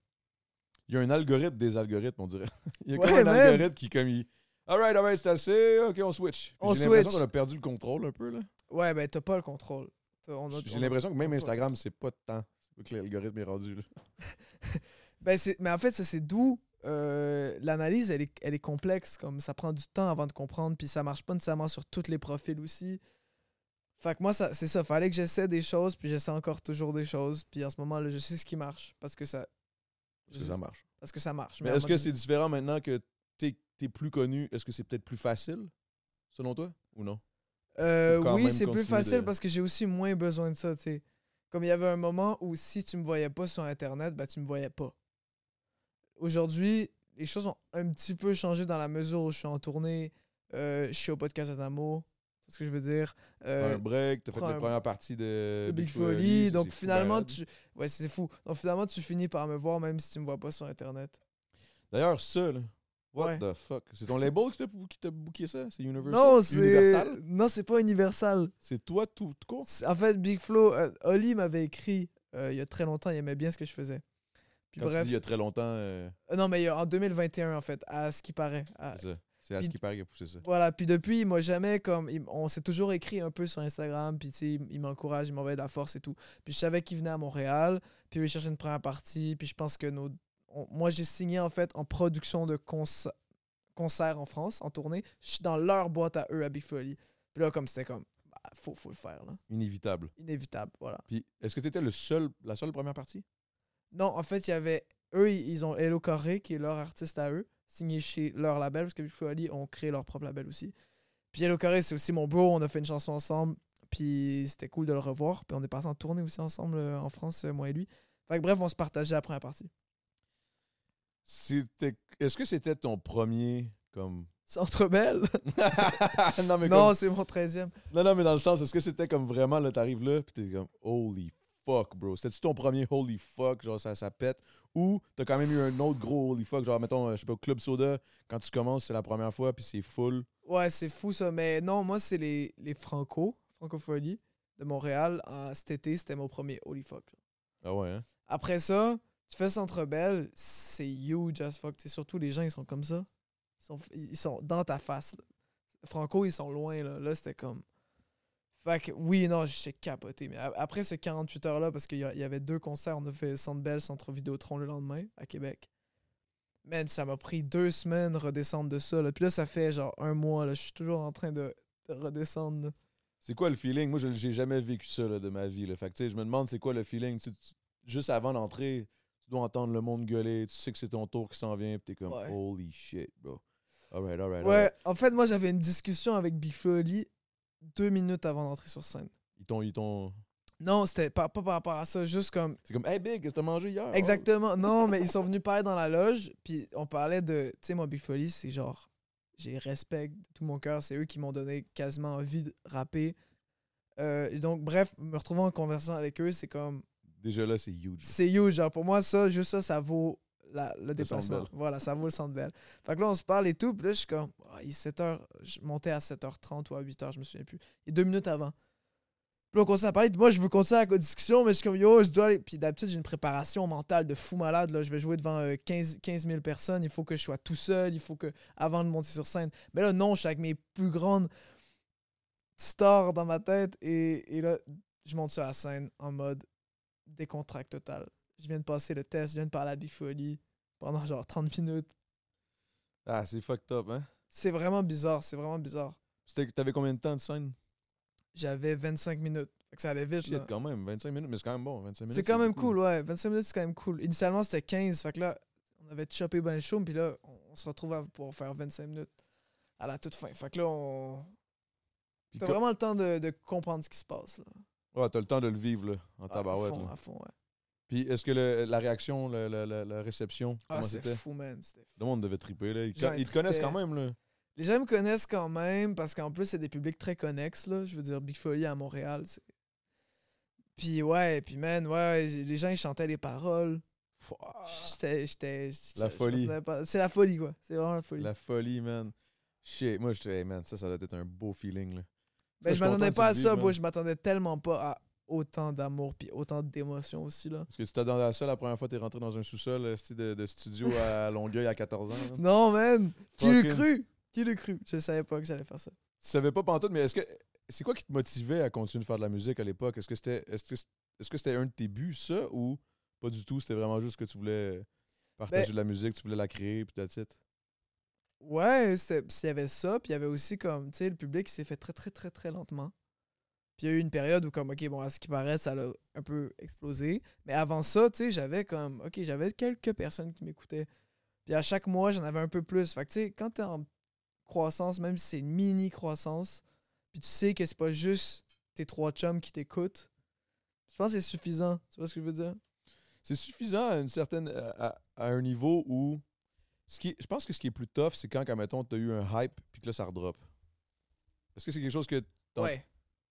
Il y a un algorithme des algorithmes, on dirait. Il y a
Ouais,
comme un
man.
algorithme qui, comme, il. Alright, alright, c'est assez. OK, on switch. Puis
On
J'ai l'impression
switch.
qu'on a perdu le contrôle un peu, là.
Ouais, ben, t'as pas le contrôle. T'as- on a-
J'ai
on a-
l'impression que même
on a-
Instagram, c'est pas tant que l'algorithme est rendu, là.
Ben, c'est- mais en fait, ça, c'est d'où euh, l'analyse, elle est, elle est complexe. Comme ça prend du temps avant de comprendre, puis ça marche pas nécessairement sur tous les profils aussi. Fait que moi, ça- c'est ça. Fallait que j'essaie des choses, puis j'essaie encore toujours des choses. Puis en ce moment, là, je sais ce qui marche parce que ça.
Parce
je
que
sais-
ça marche.
parce que ça marche.
Mais
à un
est-ce
moment
que
donné-
c'est différent maintenant que t'es es plus connu? Est-ce que c'est peut-être plus facile, selon toi, ou non?
Euh,
quand même
oui, c'est plus
continuer
facile
de-
parce que j'ai aussi moins besoin de ça, tu sais. Comme il y avait un moment où si tu me voyais pas sur Internet, bah tu me voyais pas. Aujourd'hui, les choses ont un petit peu changé dans la mesure où je suis en tournée, euh, je suis au podcast Adamo, c'est ce que je veux dire.
Prends
Euh,
un break, t'as fait
prends
la
un-
première partie de
le Big Folie,
ça,
donc
c'est fou, Ben,
finalement
malade.
tu, ouais c'est fou. Donc finalement tu finis par me voir même si tu me vois pas sur Internet.
D'ailleurs, ça, là. What
Ouais.
the fuck? C'est ton label qui t'a bou- qui t'a booké ça? C'est Universal?
Non c'est,
Universal?
non c'est pas universal.
C'est toi tout, tout court?
C'est- En fait, Big Flo, euh, Oli m'avait écrit euh, il y a très longtemps, il aimait bien ce que je faisais. Puis
Quand tu
bref.
dis il y a très longtemps, euh,
Euh, Non, mais il y a- en 2021, en fait, à ce qui paraît. À-
c'est ça. C'est à ce
Ah, Puis-
qui paraît qu'il a poussé ça.
Voilà, puis depuis, il m'a jamais comme. il- on s'est toujours écrit un peu sur Instagram, puis tu sais, il- il m'encourage, il m'envoie de la force et tout. Puis je savais qu'il venait à Montréal, puis il cherchait une première partie, puis je pense que nos. on- moi, j'ai signé, en fait, en production de conce- concerts en France, en tournée. Je suis dans leur boîte à eux, à Big Folly. Puis là, comme c'était comme. bah, faut, faut le faire, là.
Inévitable.
Inévitable, voilà.
Puis, est-ce que t'étais le seul, la seule première partie?
Non, en fait, il y avait. Eux, ils ils ont Hello Corée, qui est leur artiste à eux, signé chez leur label, parce que Big Flo et Ali ont créé leur propre label aussi. Puis Hello Corée, c'est aussi mon bro, on a fait une chanson ensemble, puis c'était cool de le revoir, puis on est parti en tournée aussi ensemble euh, en France, euh, moi et lui. Fait que bref, on se partageait la première partie.
C'était... Est-ce que c'était ton premier, comme...
Centre Belle
non, mais
Non, c'est mon 13e.
comme- non, non, mais dans le sens, est-ce que c'était comme vraiment, là, t'arrives là, puis t'es comme, holy fuck, bro. C'était-tu ton premier holy fuck, genre, ça, ça pète? Ou t'as quand même eu un autre gros holy fuck, genre, mettons, euh, je sais pas, Club Soda, quand tu commences, c'est la première fois, puis c'est full.
Ouais, c'est fou ça, mais non, moi, c'est les, les Franco, Francophonie, de Montréal. Euh, cet été, c'était mon premier Holy Fuck.
Ah ouais, hein?
Après ça, tu fais Centre Bell, c'est huge as fuck. C'est surtout les gens, ils sont comme ça. Ils sont, ils sont dans ta face. là. Franco, ils sont loin. Là, là c'était comme. Fait que oui, non, j'ai capoté. Mais a- après ce 48 heures-là, parce qu'il y, a- il y avait deux concerts, on a fait Centre Bell, Centre Vidéotron le lendemain, à Québec. Man, ça m'a pris deux semaines redescendre de ça. Là. Puis là, ça fait genre un mois. là, Je suis toujours en train de, de redescendre. là.
C'est quoi le feeling? Moi, je j'ai jamais vécu ça là, de ma vie. Là. Fait que, tu sais, je me demande c'est quoi le feeling. Tu- tu- juste avant d'entrer, tu dois entendre le monde gueuler. Tu sais que c'est ton tour qui s'en vient. Puis t'es comme,
Ouais.
holy shit, bro. Alright, alright,
Ouais,
alright.
en fait, moi, j'avais une discussion avec Big Flo et Oli deux minutes avant d'entrer sur scène.
Ils t'ont. Ils t'ont...
Non, c'était pas, pas par rapport à ça, juste comme.
C'est comme, hey Big, qu'est-ce que t'as mangé hier?
Exactement. Non, mais ils sont venus parler dans la loge, puis on parlait de. Tu sais, moi, Big Folly, c'est genre. J'ai respect de tout mon cœur. C'est eux qui m'ont donné quasiment envie de rapper. Euh, et donc, bref, me retrouver en conversation avec eux, c'est comme.
Oh, Déjà là, c'est huge.
C'est huge. Genre, pour moi, ça, juste ça, ça vaut la- le déplacement.
Centre Bell.
Voilà, ça vaut le centre belle. Fait que là, on se parle et tout. Puis là, je suis comme, Ah, il est 7h, je montais à 7h30 ou à 8h, je me souviens plus. Et deux minutes avant. Puis là, on continue à parler. Puis moi, je veux continuer la discussion, mais je suis comme, yo, je dois aller. Puis d'habitude, j'ai une préparation mentale de fou malade. Là. Je vais jouer devant euh, 15, 15 000 personnes. Il faut que je sois tout seul. Il faut que, avant de monter sur scène. Mais là, non, je suis avec mes plus grandes stars dans ma tête. Et, et là, je monte sur la scène en mode décontract total. Je viens de passer le test, je viens de parler à Big Folly pendant genre 30 minutes.
Ah, c'est fucked up, hein?
C'est vraiment bizarre, c'est vraiment bizarre.
C'était- T'avais combien de temps de scène?
J'avais 25 minutes. Fait que ça allait vite,
Shit,
là.
quand même, 25 minutes, mais c'est quand même bon, 25 minutes.
C'est quand même cool, ouais. 25 minutes, c'est quand même cool. Initialement, c'était 15. Fait que là, on avait chopé ben le show, puis là, on, on se retrouve à pouvoir faire 25 minutes à la toute fin. Fait que là, on.
Puis
T'as
co-
vraiment le temps de, de comprendre ce qui se passe, là.
Ouais, t'as le temps de le vivre, là, en
Ah, à
tabarouette.
fond,
là.
à fond, ouais.
Puis est-ce que le- la réaction, la, la- la- la réception,
Ah,
comment
c'était
c'était?
fou, man. C'était fou.
Le monde devait triper, là. Ils,
Les gens,
ils
ils
te connaissent
tripaient.
quand même, là.
Les gens me connaissent quand même parce qu'en plus, c'est des publics très connexes. Là. Je veux dire, Big Folly à Montréal. c'est- Puis ouais, puis man, ouais, j- les gens ils chantaient les paroles.
ah,
J'étais. j'étais- j-
La
je- je
folie.
comprenais pas. C'est la folie, quoi. C'est vraiment la folie.
La folie, man. Shit, moi, je te hey, man, ça, ça doit être un beau feeling, là. je
Ben, je
suis content
m'attendais
que
pas à
tu le
ça,
dises,
boy.
man.
Je m'attendais tellement pas à autant d'amour puis autant d'émotions aussi, là.
Parce que tu t'es dans la salle la première fois, t'es rentré dans un sous-sol euh, style de, de studio à Longueuil à 14 ans. là.
Non, man. Qui l'eût
Fucking-
cru? Qui l'eût cru? Je savais pas que j'allais faire ça.
Tu savais pas pantoute, mais est-ce que c'est quoi qui te motivait à continuer de faire de la musique à l'époque? Est-ce que c'était est-ce que, est-ce que c'était un de tes buts, ça, ou pas du tout? C'était vraiment juste que tu voulais partager
Ben-
de la musique, tu voulais la créer, puis that's it.
Ouais, c'était- s'il y avait ça, puis il y avait aussi comme, tu sais, le public il s'est fait très, très, très, très lentement. Puis il y a eu une période où, comme, ok, bon, à ce qui paraît, ça l'a un peu explosé. Mais avant ça, tu sais, j'avais comme, ok, j'avais quelques personnes qui m'écoutaient. Puis à chaque mois, j'en avais un peu plus. Fait que, tu sais, quand t'es en croissance, même si c'est une mini croissance, puis tu sais que c'est pas juste tes trois chums qui t'écoutent, je pense que c'est suffisant. Tu vois ce que je veux dire?
C'est suffisant à une certaine à, à- à un niveau où ce qui est- je pense que ce qui est plus tough, c'est quand, comme mettons, t'as eu un hype, puis que là, ça redrop. Est-ce que c'est quelque chose que Donc,
Ouais.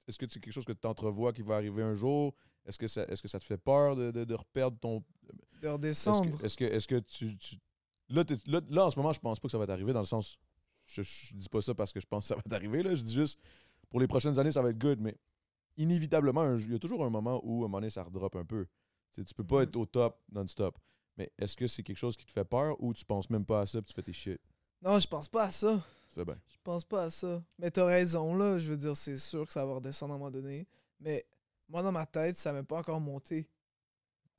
Est-ce que c'est quelque chose que tu entrevois qui va arriver un jour? Est-ce que ça, est-ce que ça te fait peur de, de, de reperdre ton.
De
Est-ce
redescendre.
que, est-ce que, est-ce que tu. tu- Là, t'es- là, là, en ce moment, je pense pas que ça va t'arriver dans le sens. Je, je dis pas ça parce que je pense que ça va t'arriver. Là. Je dis juste, pour les prochaines années, ça va être good, mais inévitablement, un- il y a toujours un moment où, à un moment donné, ça redrop un peu. Tu sais, tu peux pas
Mhm.
être au top non-stop. Mais est-ce que c'est quelque chose qui te fait peur ou tu penses même pas à ça puis tu fais tes shit?
Non, je pense pas à ça.
Tu fais bien.
Je pense pas à ça. Mais t'as raison, là. Je veux dire, c'est sûr que ça va redescendre à un moment donné. Mais moi, dans ma tête, ça m'est pas encore monté.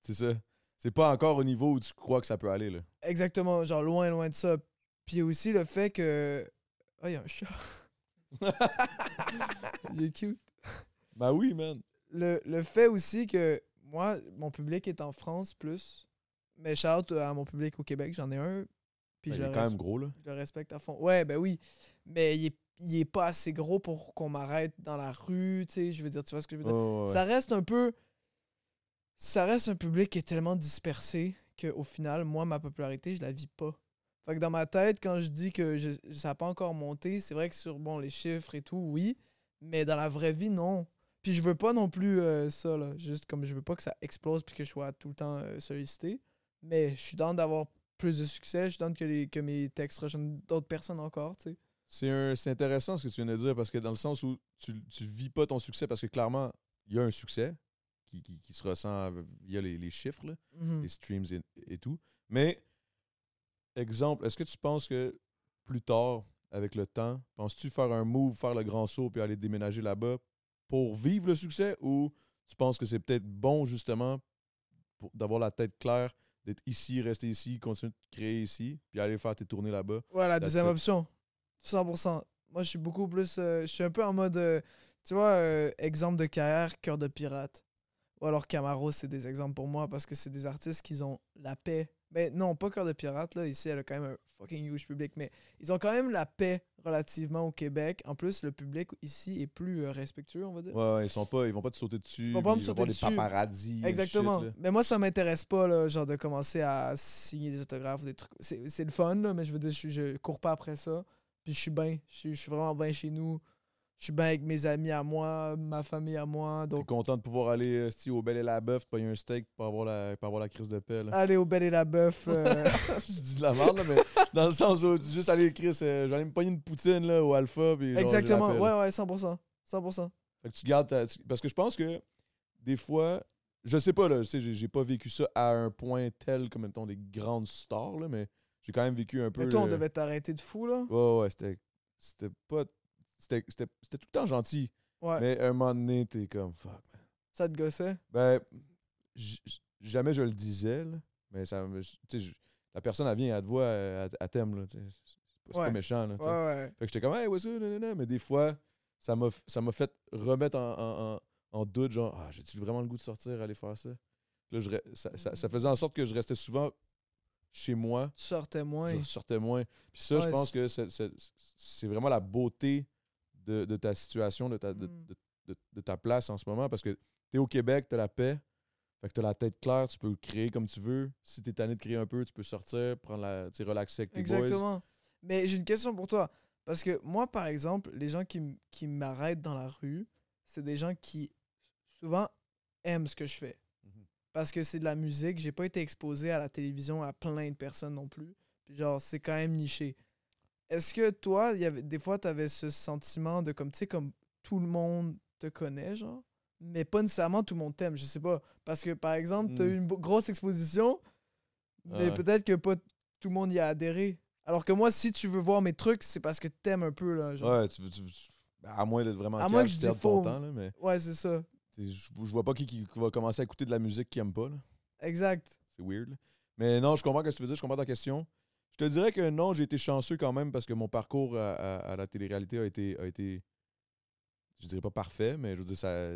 C'est ça. C'est pas encore au niveau où tu crois que ça peut aller. Là.
Exactement, genre loin, loin de ça. Puis aussi le fait que. Ah, il y a un chat. Il est cute.
Ben oui, man.
Le, le fait aussi que moi, mon public est en France plus. Mais shout out à mon public au Québec, j'en ai un. Puis
Ben,
je
il
le,
est quand
res-
même gros, là.
je le respecte à fond. Ouais, ben oui. Mais il est, il est pas assez gros pour qu'on m'arrête dans la rue, tu sais. Je veux dire, tu vois ce que je veux dire?
Oh, ouais.
Ça reste un peu. Ça reste un public qui est tellement dispersé qu'au final, moi, ma popularité, je la vis pas. Fait que dans ma tête, quand je dis que je- ça n'a pas encore monté, c'est vrai que sur bon, les chiffres et tout, oui. Mais dans la vraie vie, non. Puis je veux pas non plus euh, ça, là. Juste comme je veux pas que ça explose puis que je sois tout le temps euh, sollicité. Mais je suis dans d'avoir plus de succès. Je suis dans que, les, que mes textes rejoignent d'autres personnes encore, tu sais.
C'est un- c'est intéressant ce que tu viens de dire parce que dans le sens où tu ne vis pas ton succès parce que clairement, il y a un succès qui, qui- qui se ressent via les, les chiffres, là,
Mhm.
les streams et, et tout. Mais, exemple, est-ce que tu penses que plus tard, avec le temps, penses-tu faire un move, faire le grand saut puis aller déménager là-bas pour vivre le succès ou tu penses que c'est peut-être bon justement pour d'avoir la tête claire, d'être ici, rester ici, continuer de créer ici puis aller faire tes tournées là-bas?
Ouais, la
That's
deuxième
it.
option. 100%. Moi, je suis beaucoup plus. euh, je suis un peu en mode. euh, tu vois, euh, exemple de carrière, cœur de pirate. Ou alors Camaro, c'est des exemples pour moi parce que c'est des artistes qui ont la paix. Mais non, pas cœur de pirate, là. Ici, elle a quand même un fucking huge public. Mais ils ont quand même la paix relativement au Québec. En plus, le public ici est plus euh, respectueux, on va dire.
Ouais, ouais, ils sont pas, ils vont pas te sauter dessus.
Ils vont pas me
puis
sauter
avoir des
dessus.
paparazzis. et
Exactement.
euh, shit, là.
mais moi, ça m'intéresse pas, là, genre de commencer à signer des autographes ou des trucs. C'est c'est le fun, là, mais je veux dire, je, je cours pas après ça. Puis je suis bien. Je, suis- je suis vraiment bien chez nous. Je suis bien avec mes amis à moi, ma famille à moi.
T'es
Donc,
content de pouvoir aller euh, sti, au Bel et la Bœuf, payer un steak, pas avoir la, pas avoir la crise de paix. Là.
allez au Bel et la Bœuf. euh,
je dis de la merde, là, mais dans le sens où tu- juste aller, Chris, euh, je vais aller me pogner une poutine là, au Alpha. Puis, genre, j'ai la
Exactement.
paix, là.
Ouais, ouais, 100%. 100%.
Fait que tu gardes ta- tu- Parce que je pense que des fois, je sais pas, là, tu sais, j'ai j'ai pas vécu ça à un point tel comme, mettons, des grandes stars, là, mais j'ai quand même vécu un peu. euh,
Mais toi, on
le-
devait t'arrêter de fou, là.
Ouais, ouais, c'était. C'était pas. C'était c'était- c'était tout le temps gentil.
Ouais.
Mais à un moment donné, t'es comme fuck. man.
Ça te gossait.
Ben, j- j- jamais je le disais, là, mais ça me- je- tu sais, je- la personne, elle vient, elle te voit, elle, elle t'aime, là. tu sais. C'est pas- c'est pas
Ouais.
méchant, là. tu
Ouais,
sais.
ouais.
Fait que j'étais comme, hey, what's up, nanana. Mais des fois, ça m'a ça m'a fait remettre en, en- en- en doute, genre, ah, j'ai-tu vraiment le goût de sortir, aller faire ça? Puis là, je re- ça, ça- ça faisait en sorte que je restais souvent chez moi,
Tu sortais moins.
je sortais moins. Puis ça, je
Ouais,
pense
c'est-
que c'est- c'est c'est vraiment la beauté de, de ta situation, de ta, de,
Mm.
de- de- de ta place en ce moment, parce que t'es au Québec, t'as la paix, fait que t'as la tête claire, tu peux créer comme tu veux. Si t'es tanné de créer un peu, tu peux sortir, prendre la, tu sais, relaxer avec tes boys.
Exactement. Mais j'ai une question pour toi. Parce que moi, par exemple, les gens qui, m- qui m'arrêtent dans la rue, c'est des gens qui souvent aiment ce que je fais.
Mhm.
Parce que c'est de la musique. J'ai pas été exposé à la télévision à plein de personnes non plus. Puis genre, c'est quand même niché. Est-ce que toi, il y avait, des fois, t'avais ce sentiment de comme, tu sais, comme tout le monde te connaît, genre, mais pas nécessairement tout le monde t'aime, je sais pas. Parce que par exemple, t'as
Mm.
eu une bo- grosse exposition, mais
Ah Ouais.
peut-être que pas tout le monde y a adhéré. Alors que moi, si tu veux voir mes trucs, c'est parce que t'aimes un peu, là. Genre.
Ouais, tu, veux- tu veux- tu- ben, à moins d'être vraiment
À
calme,
moins que
tu
je
perdes
dise
ton
faux.
temps, là, mais
Ouais, c'est ça.
t'sais, je je vois pas qui, qui va commencer à écouter de la musique qu'il aime pas. là.
Exact.
C'est weird. là. Mais non, je comprends ce que tu veux dire, je comprends ta question. Je te dirais que non, j'ai été chanceux quand même parce que mon parcours à, à- à la télé-réalité a été, a été, je dirais pas parfait, mais je veux dire, ça,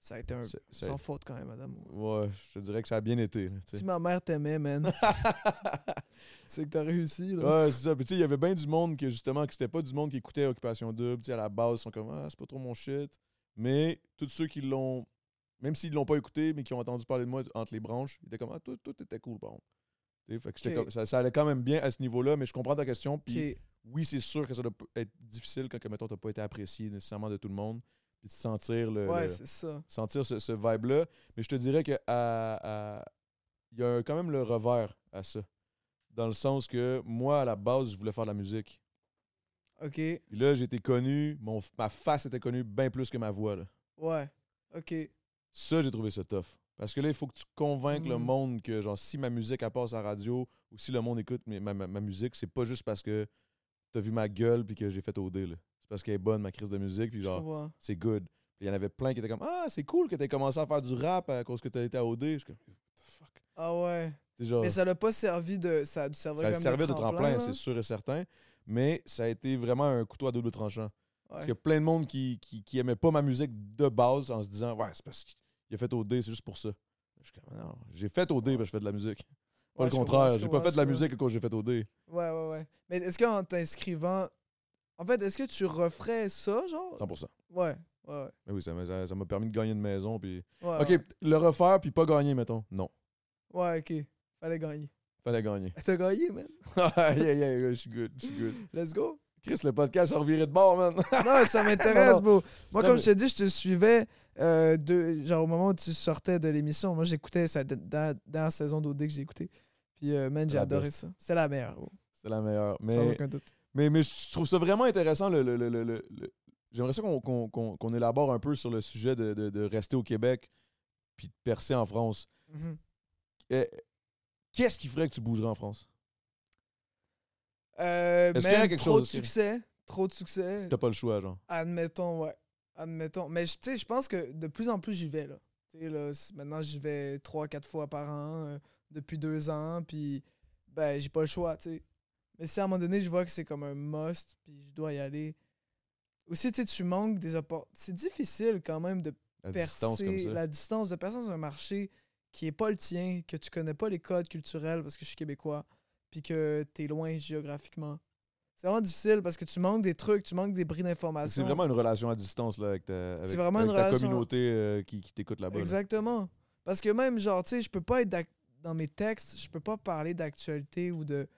Ça a été un.
ça- ça-
Sans faute quand même, madame.
ouais, je te dirais que ça a bien été. là, t'sais.
Si ma mère t'aimait, man, c'est que t'as réussi, là.
Ouais, c'est ça. Puis tu sais, il y avait bien du monde que justement, que c'était pas du monde qui écoutait Occupation Double. Tu sais, à la base, ils sont comme Ah, c'est pas trop mon shit. Mais tous ceux qui l'ont, même s'ils l'ont pas écouté, mais qui ont entendu parler de moi entre les branches, ils étaient comme Ah, toi, toi t'étais cool, bon. Tu sais, Fait que j'étais
Ok.
comme- ça, ça allait quand même bien à ce niveau-là, mais je comprends ta question. Puis
Ok.
oui, c'est sûr que ça doit p- être difficile quand, que, mettons, t'as pas été apprécié nécessairement de tout le monde. Puis de sentir le.
Ouais,
le-
c'est ça.
sentir ce, ce vibe-là. Mais je te dirais que à- à- il y a un- quand même le revers à ça. Dans le sens que moi, à la base, je voulais faire de la musique.
Ok.
Puis là, j'étais connu, mon, ma face était connue bien plus que ma voix. là.
Ouais. Ok.
Ça, j'ai trouvé ça tough. Parce que là, il faut que tu convainques le
Mm.
monde que, genre, si ma musique, elle passe à la radio ou si le monde écoute mes- ma, ma- ma musique, c'est pas juste parce que t'as vu ma gueule puis que j'ai fait OD. là. C'est parce qu'elle est bonne, ma crise de musique. Puis
Je
genre,
comprends.
c'est good. Puis il y en avait plein qui étaient comme Ah, c'est cool que t'aies commencé à faire du rap à cause que t'as été à OD. Je suis comme, What the fuck.
Ah ouais.
C'est genre,
Mais ça l'a pas servi de. Ça a dû servir
ça
comme
servait de tremplin,
là.
c'est sûr et certain. Mais ça a été vraiment un couteau à double tranchant. Parce
Ouais.
qu'il y a plein de monde qui, qui, qui aimait pas ma musique de base en se disant Ouais, c'est parce qu'il a fait OD, c'est juste pour ça. Je suis comme, Non, j'ai fait OD parce que je fais de la musique. Pas
Ouais,
le
je comprends,
contraire,
je
j'ai pas
comprends,
fait de la
je
musique à cause que j'ai fait OD.
Ouais, ouais, ouais. Mais est-ce qu'en t'inscrivant. En fait, est-ce que tu referais ça, genre
100%.
Ouais, ouais, ouais.
Mais oui, ça m'a ça- ça m'a permis de gagner une maison. Puis...
ouais,
Ok,
ouais.
le refaire puis pas gagner, mettons. Non,
Ouais, ok. Fallait gagner.
fallait gagner.
T'as gagné, man.
yeah, yeah, yeah, je suis good, je suis good.
Let's go.
Chris, le podcast a reviré de bord, man.
Non, ça
Non, non.
m'intéresse, bro. Moi,
Non,
comme
mais-
je te dis, je te suivais euh, de, genre au moment où tu sortais de l'émission. Moi, j'écoutais ça dans la saison d'OD que j'ai écouté. Puis, euh, man, j'ai
La
adoré
best.
ça. C'est la meilleure, bro.
C'est la meilleure.
Sans
Mais,
aucun doute.
mais, mais je trouve ça vraiment intéressant. Le, le- le- le- le- le- J'aimerais ça qu'on qu'on- qu'on- qu'on élabore un peu sur le sujet de, de- de rester au Québec puis de percer en France.
Mhm.
Eh, Qu'est-ce qui ferait que tu bougerais en France?
Euh,
Est-ce qu'il y a
man,
quelque
trop
chose
de
aussi?
succès. Trop de succès.
T'as pas le choix, genre.
Admettons, ouais. Admettons. Mais je- tu sais, je pense que de plus en plus, j'y vais, là. Tu sais, là, c- maintenant, j'y vais 3-4 fois par an euh, depuis deux ans, puis ben, j'ai pas le choix, tu sais. Mais si à un moment donné, je vois que c'est comme un must, puis je dois y aller. Aussi, tu sais, tu manques des opportunités. C'est difficile quand même de
À distance comme
percer
ça.
la distance de personne dans un marché qui est pas le tien, que tu connais pas les codes culturels parce que je suis québécois, puis que tu es loin géographiquement. C'est vraiment difficile parce que tu manques des trucs, tu manques des bris
C'est
d'informations.
vraiment une relation à distance là, avec ta, avec-
vraiment
avec
une
ta
relation-
communauté euh, qui, qui t'écoute là-bas. là.
Exactement. Parce que même, genre, tu sais, je peux pas être d'ac- dans mes textes, je peux pas parler d'actualité ou de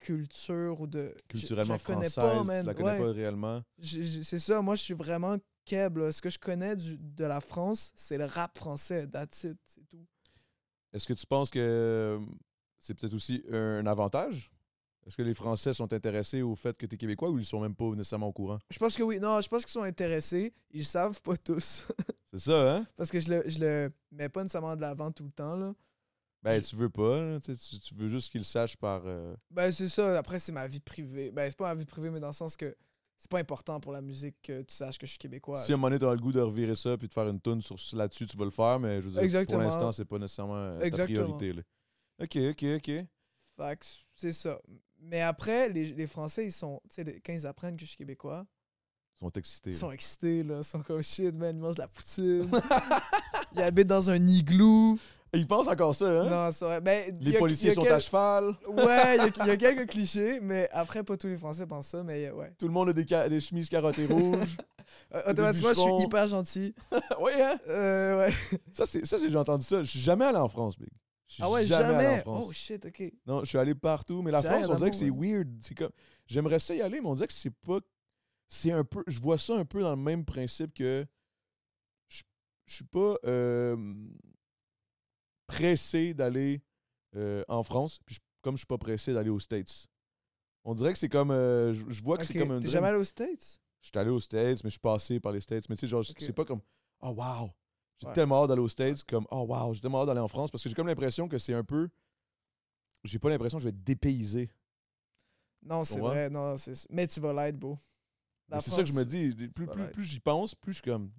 culture ou de. je-
Culturellement
je la connais
française,
pas,
tu
man.
la connais
Ouais.
pas réellement.
Je- je- C'est ça, moi, je suis vraiment keb. là. Ce que je connais du- de la France, c'est le rap français. That's it, c'est tout.
Est-ce que tu penses que c'est peut-être aussi un avantage? Est-ce que les Français sont intéressés au fait que tu es québécois ou ils sont même pas nécessairement au courant?
Je pense que oui. Non, je pense qu'ils sont intéressés. Ils le savent pas tous.
C'est ça, hein?
Parce que je le, je le mets pas nécessairement de l'avant tout le temps, là.
Ben,
Je-
tu veux pas, là, tu, sais, tu- tu veux juste qu'ils le sachent par. euh,
Ben, c'est ça. Après, c'est ma vie privée. Ben, c'est pas ma vie privée, mais dans le sens que c'est pas important pour la musique que tu saches que je suis québécois.
si à un moment donné, tu as le goût de revirer ça puis de faire une tune sur là-dessus, tu vas le faire, mais je veux dire,
Exactement.
pour l'instant, c'est pas nécessairement euh, ta
Exactement.
priorité. là. Ok, ok, ok.
Fait que c'est ça. Mais après, les, les Français, ils sont. Tu sais, les- quand ils apprennent que je suis québécois,
Ils sont excités.
ils
là.
sont excités, là. Ils sont comme shit, man, ils mangent de la poutine. ils habitent dans un igloo.
Ils pensent encore ça, hein?
Non, c'est vrai. Ben, il
Les
y a- il
policiers
y a
sont
quel-
à cheval.
Ouais, il y a- il y, a quelques clichés, mais après, pas tous les Français pensent ça, mais euh, ouais.
Tout le monde a des, ca- des chemises carottées rouges.
Euh, automatiquement, je suis
bûcherons.
hyper gentil.
oui, hein?
Euh, ouais.
Ça, c'est, ça, c'est- j'ai entendu ça. Je suis jamais allé en France, Big. Je suis
Ah ouais,
jamais, allé
jamais.
en France.
Oh shit, ok.
Non, je suis allé partout, mais la
C'est vrai,
France, on dirait que c'est
là-bas,
weird. C'est comme, j'aimerais ça y aller, mais on dirait que c'est pas, c'est un peu, je vois ça un peu dans le même principe que, je, je suis pas euh, pressé d'aller euh, en France, puis je- comme je suis pas pressé d'aller aux States. On dirait que c'est comme, euh, je, je vois que c'est
Ok,
comme un.
T'es
dream.
jamais allé aux States?
Je suis allé aux States, mais je suis passé par les States, mais tu sais, genre,
Ok.
c'est pas comme, oh wow, j'ai
Ouais.
tellement hâte d'aller aux States, comme, oh wow, j'ai tellement hâte d'aller en France, parce que j'ai comme l'impression que c'est un peu, j'ai pas l'impression que je vais être dépaysé.
Non, c'est
comprends?
vrai, non, c'est. Mais tu vas l'être, beau. La
Mais C'est ça que je me
France,
dis. Plus, plus,
malade.
plus j'y pense, plus je suis comme.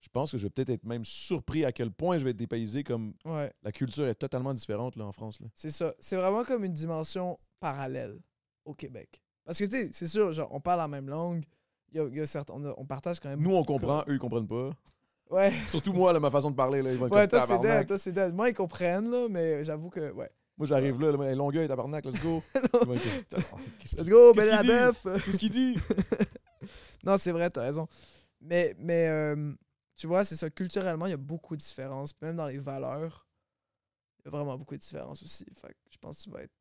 Je pense que je vais peut-être être même surpris à quel point je vais être dépaysé, comme
Ouais.
la culture est totalement différente là, en France. Là.
C'est ça. C'est vraiment comme une dimension parallèle au Québec. Parce que, tu sais, c'est sûr, genre, on parle la même langue. Il y a, il y a certains, on, a- on partage quand même.
Nous, on comprend, eux, ils comprennent pas.
Ouais,
Surtout moi, là, ma façon de parler. Là, ils vont être
ouais
comme
toi, c'est
tabarnak.
dead. Toi, c'est dead. Moi, ils comprennent, là, mais j'avoue que, ouais.
Moi, j'arrive là, là, hey, Longueuil, tabarnak, let's go. Ils vont être comme, Tabarnak, qu'est-ce
Let's
qu'il-
go,
Qu'est-ce
belle la
qu'il dit?
bœuf!
Qu'est-ce qu'il dit?
Non, c'est vrai, t'as raison. Mais, mais euh, tu vois, c'est ça. Culturellement, il y a beaucoup de différences. Même dans les valeurs, il y a vraiment beaucoup de différences aussi. Fait que je pense que tu vas être.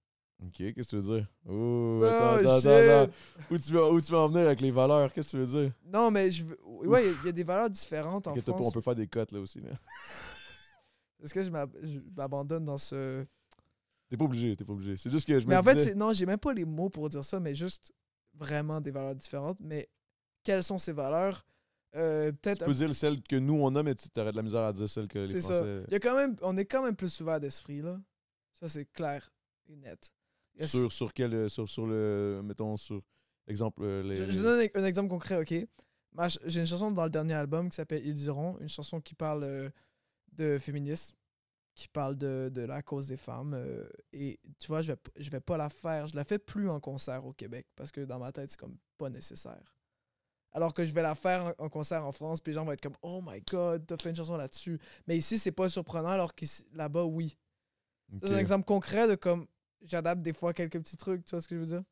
Ok, qu'est-ce que tu veux dire? Oh,
Oh,
attends, attends,
shit.
attends. Où tu, vas, où tu vas en venir avec les valeurs? Qu'est-ce que tu veux dire?
Non, mais je veux. Ouais, il y a- il y, a des valeurs différentes en
Ok, t'as pas-
France.
on peut faire des cotes là aussi. là.
Est-ce que je m'ab- je m'abandonne dans ce.
T'es pas obligé, t'es pas obligé. C'est juste que je me
Mais en fait,
disais-
c'est- non, j'ai même pas les mots pour dire ça, mais juste vraiment des valeurs différentes. Mais quelles sont ces valeurs Euh, Peut-être.
Tu
un-
peux dire celle que nous on a, mais tu aurais de la misère à dire celle que les
C'est ça.
Français.
Il y a quand même, on est quand même plus ouvert d'esprit là. Ça c'est clair et net. Il y a-
Sur, sur quel. euh, Sur, sur le. Mettons, sur. Exemple, euh, les.
Je, je donne un, un exemple concret, ok. Ma ch- J'ai une chanson dans le dernier album qui s'appelle Ils iront, une chanson qui parle euh, de féminisme, qui parle de, de la cause des femmes. euh, et tu vois, je vais, p- je vais pas la faire. Je la fais plus en concert au Québec parce que dans ma tête, c'est comme pas nécessaire. Alors que je vais la faire en, en concert en France, puis les gens vont être comme Oh my god, t'as fait une chanson là-dessus. Mais ici, c'est pas surprenant, alors que là-bas, oui.
Ok.
C'est un exemple concret de comme j'adapte des fois quelques petits trucs, tu vois ce que je veux dire?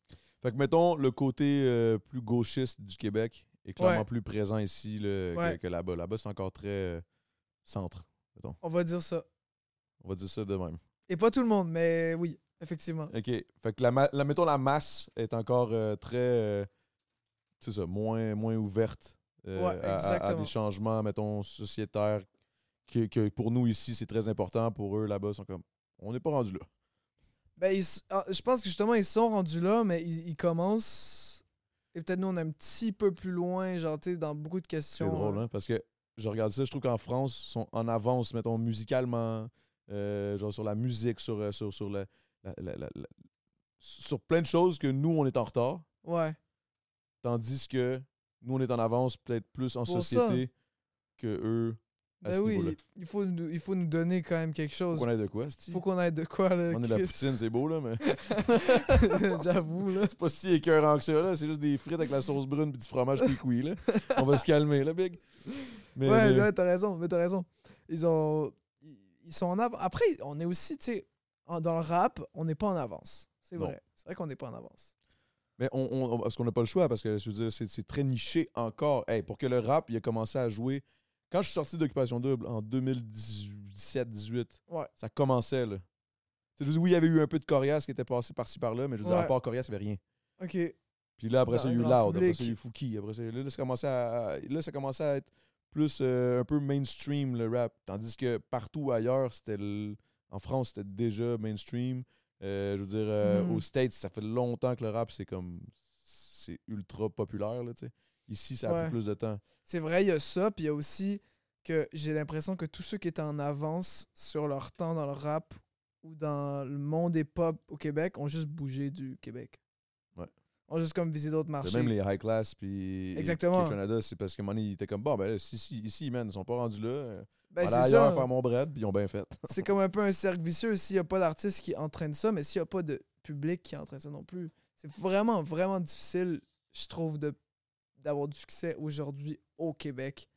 Fait que mettons, le côté euh, plus gauchiste du Québec est clairement
Ouais.
plus présent ici là, que-
Ouais.
que, là-bas. Là-bas, c'est encore très euh, centre.
On va dire ça.
On va dire ça de même.
Et pas tout le monde, mais oui, effectivement.
OK. Fait que la, ma- la- mettons, la masse est encore euh, très. euh, c'est ça, moins, moins ouverte euh,
Ouais,
à- à- à,
exactement.
des changements, mettons, sociétaires que, que pour nous ici, c'est très important. Pour eux, là-bas, ils sont comme. On n'est pas rendu là.
Ben, ils s- ah, je pense que justement, ils sont rendus là, mais ils, ils commencent. Et peut-être nous, on est un petit peu plus loin, genre, tu sais, dans beaucoup de
C'est
questions.
drôle,
euh,
hein, parce que je regarde ça, je trouve qu'en France, ils sont en avance, mettons, musicalement, euh, genre sur la musique, sur, euh, sur, sur, le- la- la- la- la- sur plein de choses que nous, on est en retard,
Ouais.
tandis que nous, on est en avance peut-être plus en
Pour ça.
société que eux. à
Ben
ce niveau-là.
oui, il faut, nous, il faut nous donner quand même quelque
Faut
chose.
qu'on aille de quoi, c'ti?
Faut qu'on aille de quoi, là,
On est de la
Chris.
poutine, c'est beau, là, mais
J'avoue, là.
c'est pas si écœurant que ça, là. C'est juste des frites avec la sauce brune puis du fromage puis couilles, là. On va se calmer, là, Big. Mais,
ouais, ben
mais-
ouais, t'as raison, mais t'as raison. Ils ont. Ils ils sont en avance. Après, on est aussi, tu sais, en- dans le rap, on n'est pas en avance. C'est
Non.
vrai. C'est vrai qu'on n'est pas en avance.
Mais on, on- on- parce qu'on n'a pas le choix, parce que je veux dire, c'est, c'est très niché encore. Hey, pour que le rap, il a commencé à jouer. Quand je suis sorti d'Occupation Double en 2017-18,
Ouais.
ça commençait là. Tu sais, Je veux dire, oui, il y avait eu un peu de Corias qui était passé par-ci par-là, mais je veux dire, à
Ouais.
part Corias, il n'y avait rien.
Ok.
Puis là, après
Dans
ça,
un
il y a eu
grand
Loud, après ça, il y a eu
public.
Fouki, après ça, là, ça commençait à, là, ça commençait à être plus euh, un peu mainstream, le rap. Tandis que partout ailleurs, c'était le- en France, c'était déjà mainstream. Euh, je veux dire, euh,
Mhm.
aux States, ça fait longtemps que le rap, c'est comme, c'est ultra populaire, là, tu sais. Ici, ça a pris
Ouais.
plus de temps.
C'est vrai, il y a ça, puis il y a aussi que j'ai l'impression que tous ceux qui étaient en avance sur leur temps dans le rap ou dans le monde des pop au Québec ont juste bougé du Québec.
Ouais.
Ont juste comme visé d'autres marchés.
Même les high class, puis et
Exactement.
Cage Canada, c'est parce que Money, il était comme, bon, ben là, si, si, ici, man, ils sont pas rendus là. euh,
Ben,
voilà
c'est
ailleurs
ça.
faire mon bread, puis ils ont bien fait.
C'est comme un peu un cercle vicieux s'il n'y a pas d'artiste qui entraîne ça, mais s'il n'y a pas de public qui entraîne ça non plus. C'est vraiment, vraiment difficile, je trouve, de d'avoir du succès aujourd'hui au Québec.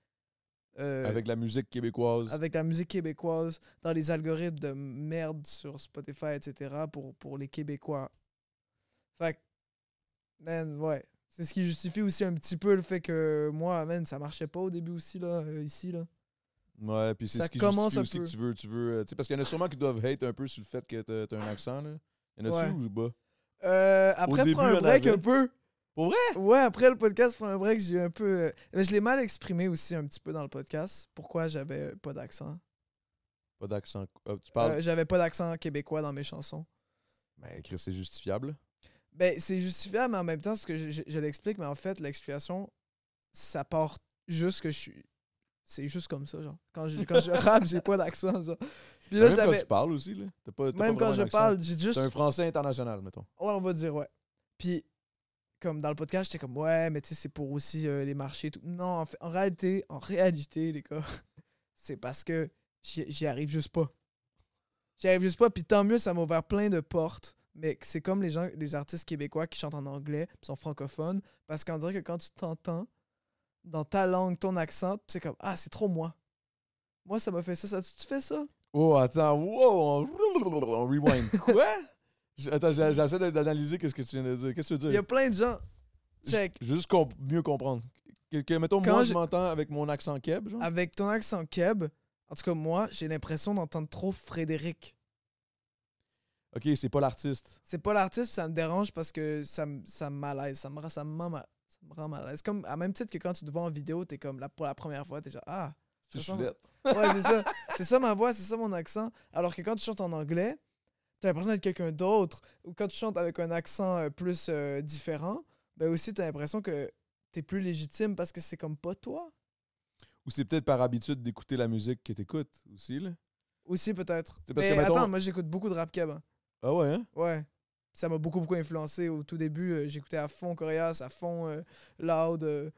Euh,
Avec la musique québécoise.
avec la musique québécoise, dans les algorithmes de merde sur Spotify, etc., pour, pour les Québécois. Fait que, man, ouais. C'est ce qui justifie aussi un petit peu le fait que moi, man, ça marchait pas au début aussi, là, euh, ici, là.
Ouais, puis c'est
Ça
ce qui
commence
justifie
un
aussi
peu.
que tu veux. Tu veux euh, tu sais, parce qu'il y en a sûrement qui doivent hate un peu sur le fait que t'as- t'as un accent. Là. Y en a-tu
Ouais.
ou pas?
Euh, après,
début,
prends
il y en
un break
avait.
un peu.
Pour
vrai? Ouais, après le podcast, prends un break, j'ai eu un peu. euh, mais je l'ai mal exprimé aussi un petit peu dans le podcast. Pourquoi j'avais euh, pas d'accent?
Pas d'accent. Ah, tu parles.
Euh, j'avais pas d'accent québécois dans mes chansons.
Mais Chris, c'est justifiable.
Ben, c'est justifiable, mais en même temps, ce que je, je- je l'explique, mais en fait, l'explication, ça part juste que je suis. C'est juste comme ça, genre. Quand je, quand je rappe, j'ai pas d'accent, genre. Puis là,
même
je
quand
l'avais.
tu parles aussi. Là. T'as pas, t'as pas
Même quand
vraiment
je
un accent.
parle, j'ai juste.
T'es un français international, mettons.
Ouais, on va dire, ouais. Puis, comme dans le podcast, j'étais comme, ouais, mais tu sais, c'est pour aussi euh, les marchés et tout. Non, en, fait, en réalité, en réalité, les gars, c'est parce que j'y j'y arrive juste pas. J'y arrive juste pas, puis tant mieux, ça m'a ouvert plein de portes. Mais c'est comme les gens, les artistes québécois qui chantent en anglais, puis sont francophones, parce qu'on dirait que quand tu t'entends dans ta langue, ton accent, tu sais comme, ah, c'est trop moi. Moi, ça m'a fait ça, ça, tu tu fais ça?
Oh, attends. Wow. On, on rewind. Quoi? Je- Attends, j'a- j'essaie de- d'analyser qu'est-ce que tu viens de dire. Qu'est-ce que tu veux
Il y a
dire?
plein de gens. Check.
Je veux Juste comp- mieux comprendre. Que, que, mettons,
Quand
moi, je
je- Ah.
m'entends avec mon accent keb, genre.
Avec ton accent keb, en tout cas, moi, j'ai l'impression d'entendre trop Frédéric.
Ok, c'est pas l'artiste.
C'est pas l'artiste, puis ça me dérange parce que ça, me- ça me malaise, ça me, rend- ça me rend mal. Ça me rend mal à l'aise. Comme, à même titre que quand tu te vois en vidéo, t'es comme, là, pour la première fois, t'es genre, ah,
C'est
Ça
Choulette.
ouais, c'est ça. C'est ça ma voix, c'est ça mon accent. Alors que quand tu chantes en anglais, t'as l'impression d'être quelqu'un d'autre. Ou quand tu chantes avec un accent euh, plus euh, différent, ben aussi, t'as l'impression que t'es plus légitime parce que c'est comme pas toi.
Ou c'est peut-être par habitude d'écouter la musique que t'écoutes aussi, là.
Aussi, peut-être.
C'est parce que,
Mais
mettons-
attends, moi, j'écoute beaucoup de rap keb. hein.
Ah ouais, hein?
Ouais. Ça m'a beaucoup, beaucoup influencé. Au tout début, euh, j'écoutais à fond Corias, à fond euh, Loud, euh,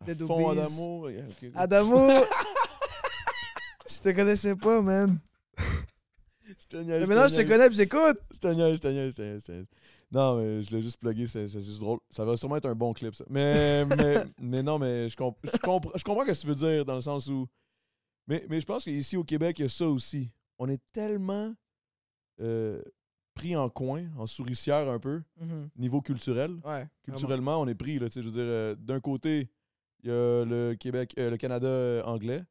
À
Dead
fond
Obese.
Adamo. ok, ok.
Adamo. je te connaissais pas, man.
Je te niaise,
Mais
je te
maintenant, je te
niaise.
connais puis j'écoute.
Je te niaise, je te niaise, je te niaise, je te niaise. Non, mais je l'ai juste plugué, c'est c'est juste drôle. Ça va sûrement être un bon clip, ça. Mais, mais, mais non, mais je, comp- je, compre- je comprends ce que tu veux dire dans le sens où. Mais, mais je pense qu'ici au Québec, il y a ça aussi. On est tellement euh, pris en coin, en souricière un peu,
Mhm.
niveau culturel.
Ouais.
culturellement, on est pris. Là, tu sais, je veux dire, euh, d'un côté, il y a le Québec, euh, le Canada euh, anglais.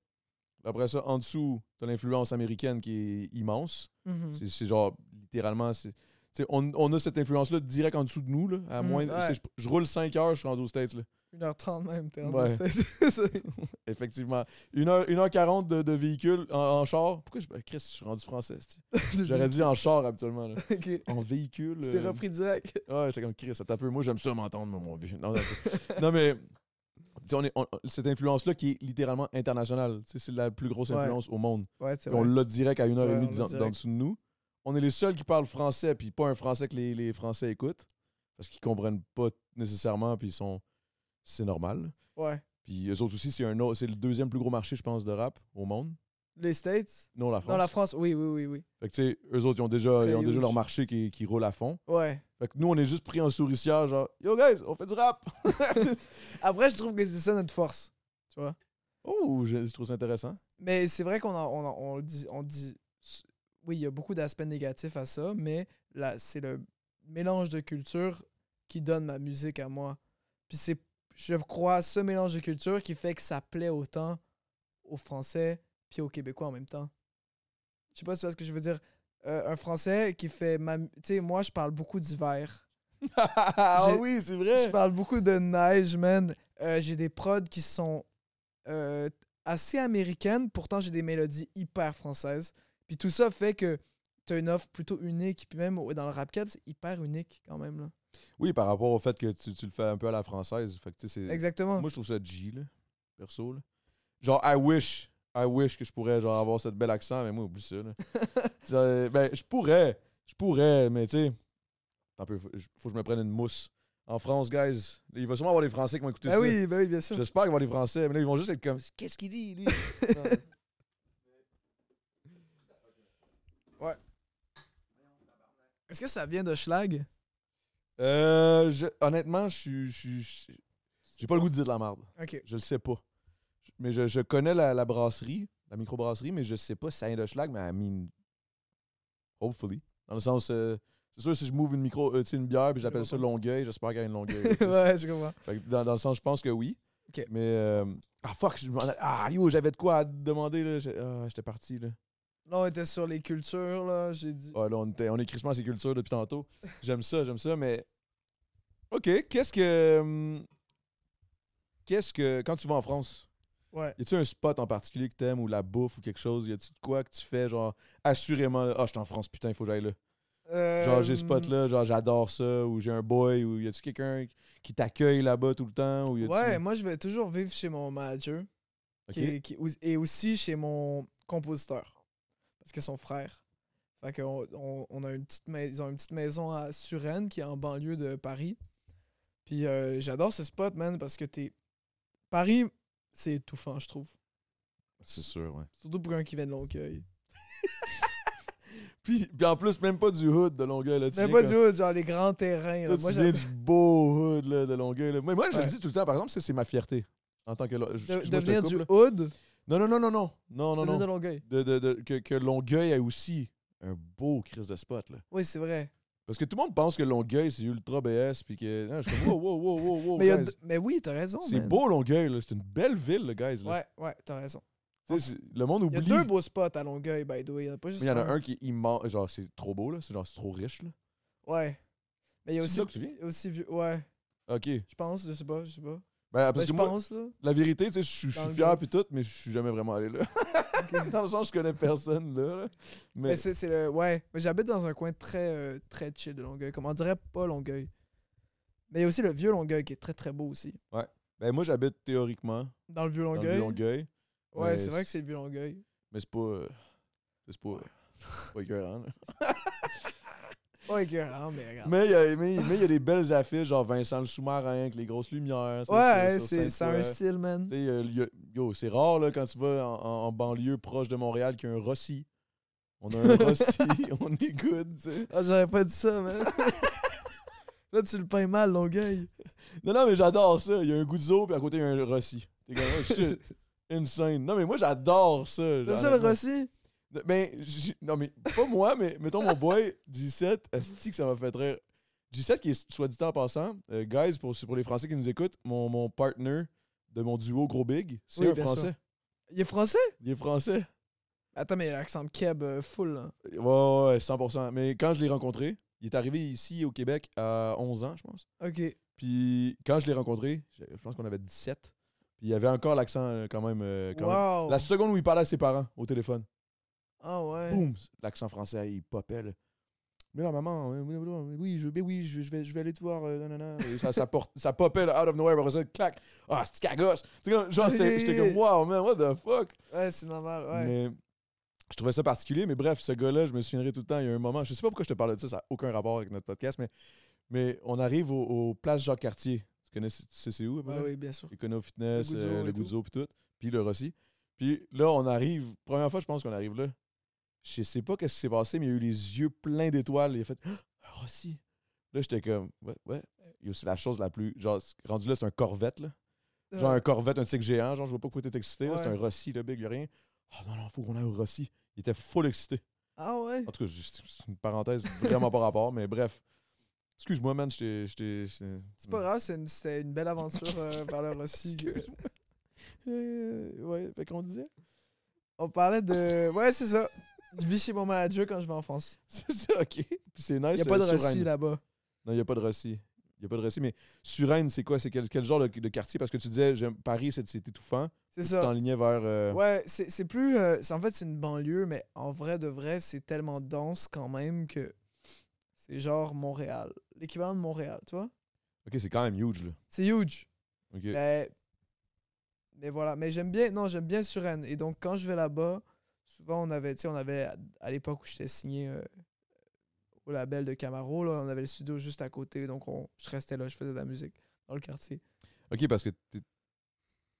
Après ça, en dessous, t'as l'influence américaine qui est immense.
Mhm.
C'est- C'est genre, littéralement, c'est. tu sais, On, on a cette influence-là direct en dessous de nous. Là, à
Mm,
moins,
ouais.
c'est- je, je roule 5 heures, je suis rendu aux States. Là.
1h30 même, t'es
Ouais.
rendu au stade.
Effectivement. 1h40 de, de véhicule en, en char. Pourquoi je. ben, Chris, je suis rendu français. c'est- J'aurais dit en char habituellement. là.
Ok.
En véhicule.
Tu t'es
euh,
repris direct.
Ouais, j'étais comme Chris, ça tape un peu. Moi, j'aime ça m'entendre, moi, mon vieux. Non, non, c'est- non, mais. tu sais, On est, on- cette influence-là qui est littéralement internationale. Tu sais, C'est la plus grosse
Ouais.
influence au monde.
Ouais, c'est
Puis on
vrai.
l'a direct à une
C'est
heure et
vrai,
demie
on l'a
d'en-
direct.
d'en dessous de nous. On est les seuls qui parlent français, puis pas un français que les, les Français écoutent. Parce qu'ils comprennent pas nécessairement, puis ils sont. C'est normal.
Ouais.
Puis eux autres aussi, c'est un autre- c'est le deuxième plus gros marché, je pense, de rap au monde.
Les States
Non, la France.
Non, la France, oui, oui, oui, oui.
Fait que, tu sais, eux autres, ils ont déjà,
Très
ils ont déjà
huge.
leur marché qui, qui roule à fond.
Ouais.
Fait que nous, on est juste pris en souricière, genre, yo guys, on fait du rap!
Après, je trouve que c'est ça notre force. Tu vois?
Oh, je, je trouve ça intéressant.
Mais c'est vrai qu'on en- on, en- on le dit, on dit. Oui, il y a beaucoup d'aspects négatifs à ça, mais là, c'est le mélange de culture qui donne ma musique à moi. Puis c'est, je crois, ce mélange de culture qui fait que ça plaît autant aux Français puis aux Québécois en même temps. Je sais pas si tu vois ce que je veux dire. Euh, un Français qui fait ma... Tu sais, moi, je parle beaucoup d'hiver.
ah
J'ai-
oui, c'est
Je
vrai.
parle beaucoup de neige, man. Euh, j'ai des prods qui sont euh, assez américaines, pourtant j'ai des mélodies hyper françaises. Puis tout ça fait que t'as une offre plutôt unique. Puis même au- dans le rap cap, c'est hyper unique quand même. Là.
Oui, par rapport au fait que tu, tu le fais un peu à la française. Fait que, tu sais, c'est-
Exactement.
Euh, Moi, je trouve ça G, là, perso. Là. Genre, I wish, I wish que je pourrais genre, avoir cette bel accent, mais moi, oublie ça. Là. Tu sais, euh, ben, je pourrais, je pourrais, mais tu sais, attends un peu, faut, je- faut que je me prenne une mousse. En France, guys, il va sûrement avoir des Français qui vont écouter
Ah
ça.
oui, bah oui, bien sûr.
J'espère qu'il va y avoir des Français, mais là, ils vont juste être comme, qu'est-ce qu'il dit, lui? Non.
Est-ce que ça vient de Schlag
Euh, je- honnêtement, je suis- je suis. je- J'ai pas le goût de dire de la merde.
Ok.
Je le sais pas. Je- Mais je, je connais la, la brasserie, la microbrasserie, mais je sais pas si ça vient de Schlag, mais I mean. Hopefully. Dans le sens. euh, c'est sûr, si je m'ouvre une micro, euh, tu sais, une bière, puis j'appelle ça Longueuil, j'espère qu'il y a une Longueuil. là, tu sais.
ouais, je comprends.
Fait que dans, dans le sens, je pense que oui.
Ok.
Mais. euh, ah fuck, je m'en allais- Ah yo, j'avais de quoi à te demander, là. J'ai- Ah, j'étais parti, là.
Là, on était sur les cultures, là. J'ai dit.
Ouais, là, on, était- on est crispement à ces cultures depuis tantôt. J'aime ça, j'aime ça, mais. OK, qu'est-ce que. hum, Qu'est-ce que. Quand tu vas en France,
Ouais.
y a-tu un spot en particulier que t'aimes ou la bouffe ou quelque chose Y a-tu de quoi que tu fais, genre, assurément, là, ah, je suis en France, putain, il faut que j'aille là. Genre,
Euh,
j'ai ce spot-là, genre, j'adore ça, ou j'ai un boy, ou y a-tu quelqu'un qui t'accueille là-bas tout le temps, ou y a-tu.
Ouais, moi, je vais toujours vivre chez mon manager.
OK.
qui est- qui est au- et aussi chez mon compositeur. Parce que son frère. Fait que on, on- on a une petite mais- ils ont une petite maison à Suresnes qui est en banlieue de Paris. Puis euh, j'adore ce spot, man, parce que t'es. Paris, c'est étouffant, je trouve.
C'est sûr, ouais.
Surtout pour un qui vient de Longueuil.
Puis, puis en plus, même pas du hood de Longueuil, là. tu
Mais
viens
pas
comme-
du haut, genre les grands terrains. là.
Toi,
Moi,
tu
j'aime-
viens du beau hood là, de Longueuil. là. Mais moi, je
Ouais.
le dis tout le temps, par exemple, ça, c'est ma fierté. En tant que. lo- excuse-moi,
de,
je te
devenir
coupe,
du
là.
hood,
Non, non, non, non, non. Non, non,
devenir de
non.
Longueuil.
De, de- de- que, que Longueuil a aussi un beau crise de spot. Là.
Oui, c'est vrai.
Parce que tout le monde pense que Longueuil, c'est ultra BS. Puis que. non, je suis comme, wow, wow, wow, wow, wow,
Mais, il y a
guys.
d- mais oui, t'as raison.
C'est
man.
beau, Longueuil. là. C'est une belle ville, le guys. Là.
Ouais, ouais, t'as raison.
Tu sais, c'est- Le monde
Il y a
oublie.
deux beaux spots à Longueuil, by the way. Il y en a pas juste
Mais il y en a
un.
un qui est immense. Genre, c'est trop beau, là. C'est genre, c'est trop riche, là.
Ouais. Mais il y a
C'est
aussi
là que tu viens?
Et aussi vieux. Ouais,
OK.
je pense, je sais pas, je sais pas.
Ben, parce
Ben,
que
je
moi,
pense, là.
La vérité, tu sais, je suis- je
Dans
suis
le
fier
golf.
puis tout, mais je suis jamais vraiment allé là. dans le sens, je connais personne là. là. Mais,
Mais c'est c'est le. Ouais, mais j'habite dans un coin très, euh, très chill de Longueuil. Comme on dirait pas Longueuil. Mais il y a aussi le vieux Longueuil qui est très très beau aussi.
ben, moi, j'habite théoriquement
Dans le vieux
dans le
Longueuil.
vieux Longueuil,
Ouais,
mais
c'est vrai que
c'est-
c'est le vieux Longueuil.
mais c'est pas. euh, c'est pas. c'est pas écœurant, là.
Ouais, écœurant, mais regarde.
Mais il y a- mais- mais il y a des belles affiches, genre Vincent le sous-marin, avec les grosses lumières. tu sais,
ouais,
sur- sur
c'est c'est un
Sainte-Foy.
style, man.
Tu sais, euh, il y a- yo, c'est rare là, quand tu vas en, en- en banlieue proche de Montréal qu'il y a un Rossi. On a un Rossi, on est good, tu sais.
Ah, j'aurais pas dit ça, man. Là, tu le peins mal, Longueuil.
Non, non, mais j'adore ça. Il y a un goût puis à côté, il y a un Rossi. T'es comme, oh shit, insane. Non, mais moi, j'adore ça.
T'aimes ça le
honnêtement.
Rossi?
Ben, j- non, mais pas moi, mais mettons mon boy G7, Asti, que ça m'a fait rire. G7, qui est, soit dit en passant, euh, guys, pour, pour les Français qui nous écoutent, mon, mon partner de mon duo Gros Big, c'est
Oui,
un
bien
Français.
Il est français?
Il est Français.
Attends, mais il a l'accent keb euh, full, là.
Ouais, ouais, ouais, 100%. Mais quand je l'ai rencontré, il est arrivé ici au Québec à 11 ans, je pense.
Ok.
Euh, Puis quand je l'ai rencontré, je je pense qu'on avait 17. Puis il avait encore l'accent euh, quand même. euh, quand même.
Wow.
La seconde où il parlait à ses parents au téléphone,
Ah, ouais.
boum, l'accent français, il popait. là. Mais là, maman, euh, oui, oui, oui, je, mais oui, je, je vais, je vais aller te voir. euh, nanana. Et ça, ça, porte- ça popait là, out of nowhere, après ça, clac. Ah, c'est cagos. Tu sais, comme- Genre, c'était- j'étais comme, wow, man, what the fuck.
Ouais, c'est normal, ouais.
Mais je trouvais ça particulier. Mais bref, ce gars-là, je me souviendrai tout le temps. Il y a un moment, je sais pas pourquoi je te parle de ça, ça n'a aucun rapport avec notre podcast, mais, mais on arrive au, au Place Jacques-Cartier. Tu connais, tu sais c'est où? à peu
Ouais,
près?
oui, bien sûr.
Econo Fitness,
Le
le,
Guzzo
euh,
et
le
tout.
Guzzo puis tout, puis le Rossi. Puis là, on arrive, première fois, je pense qu'on arrive là. Je sais pas qu'est-ce qui s'est passé, mais il a eu les yeux pleins d'étoiles. Il a fait Ah, Rossi. Là, j'étais comme Ouais, ouais. Yo, C'est la chose la plus. Genre, c'est- rendu là, c'est un Corvette, là.
Euh,
Genre un Corvette, un tic géant. Genre, je vois pas pourquoi t'es excité. là. C'est
Ouais.
un Rossi, le big, y a rien. Ah non, non, faut qu'on aille au Rossi. Il était full excité.
Ah ouais?
En tout cas, juste- c'est une parenthèse vraiment pas rapport, mais bref. Excuse-moi, man, je t'ai- je t'ai. je t'ai- hmm.
C'est pas grave, c'est une- c'était une, belle aventure euh, vers la Russie. euh.
Mm. Excuse-moi. Euh, ouais, fait qu'on disait.
On parlait de. Ouais, c'est ça. Je vis chez mon manager quand je vais en France.
C'est ça, ok. Puis c'est nice.
Il n'y a pas de
euh, Suresnes.
Russie là-bas.
Non, il n'y a pas de Russie. Il n'y a pas de Russie, mais Suresnes, c'est quoi? C'est quel, quel genre de, de quartier? Parce que tu disais, j'aime- Paris, c'est c'est étouffant.
C'est
Tu
ça.
t'enlignais vers... euh,
Ouais, c'est c'est plus. euh, c'est- en fait, c'est une banlieue, mais en vrai de vrai, c'est tellement dense quand même que c'est genre Montréal. L'équivalent de Montréal, tu vois.
OK, c'est quand même huge, là.
C'est huge.
OK.
Mais, mais Ben, voilà, mais j'aime bien, non, j'aime bien Suren. Et donc, quand je vais là-bas, souvent, on avait, tu sais, on avait, à- à l'époque où j'étais signé euh, au label de Camaro, là, on avait le studio juste à côté, donc on, je restais là, je faisais de la musique dans le quartier.
OK, parce que t'es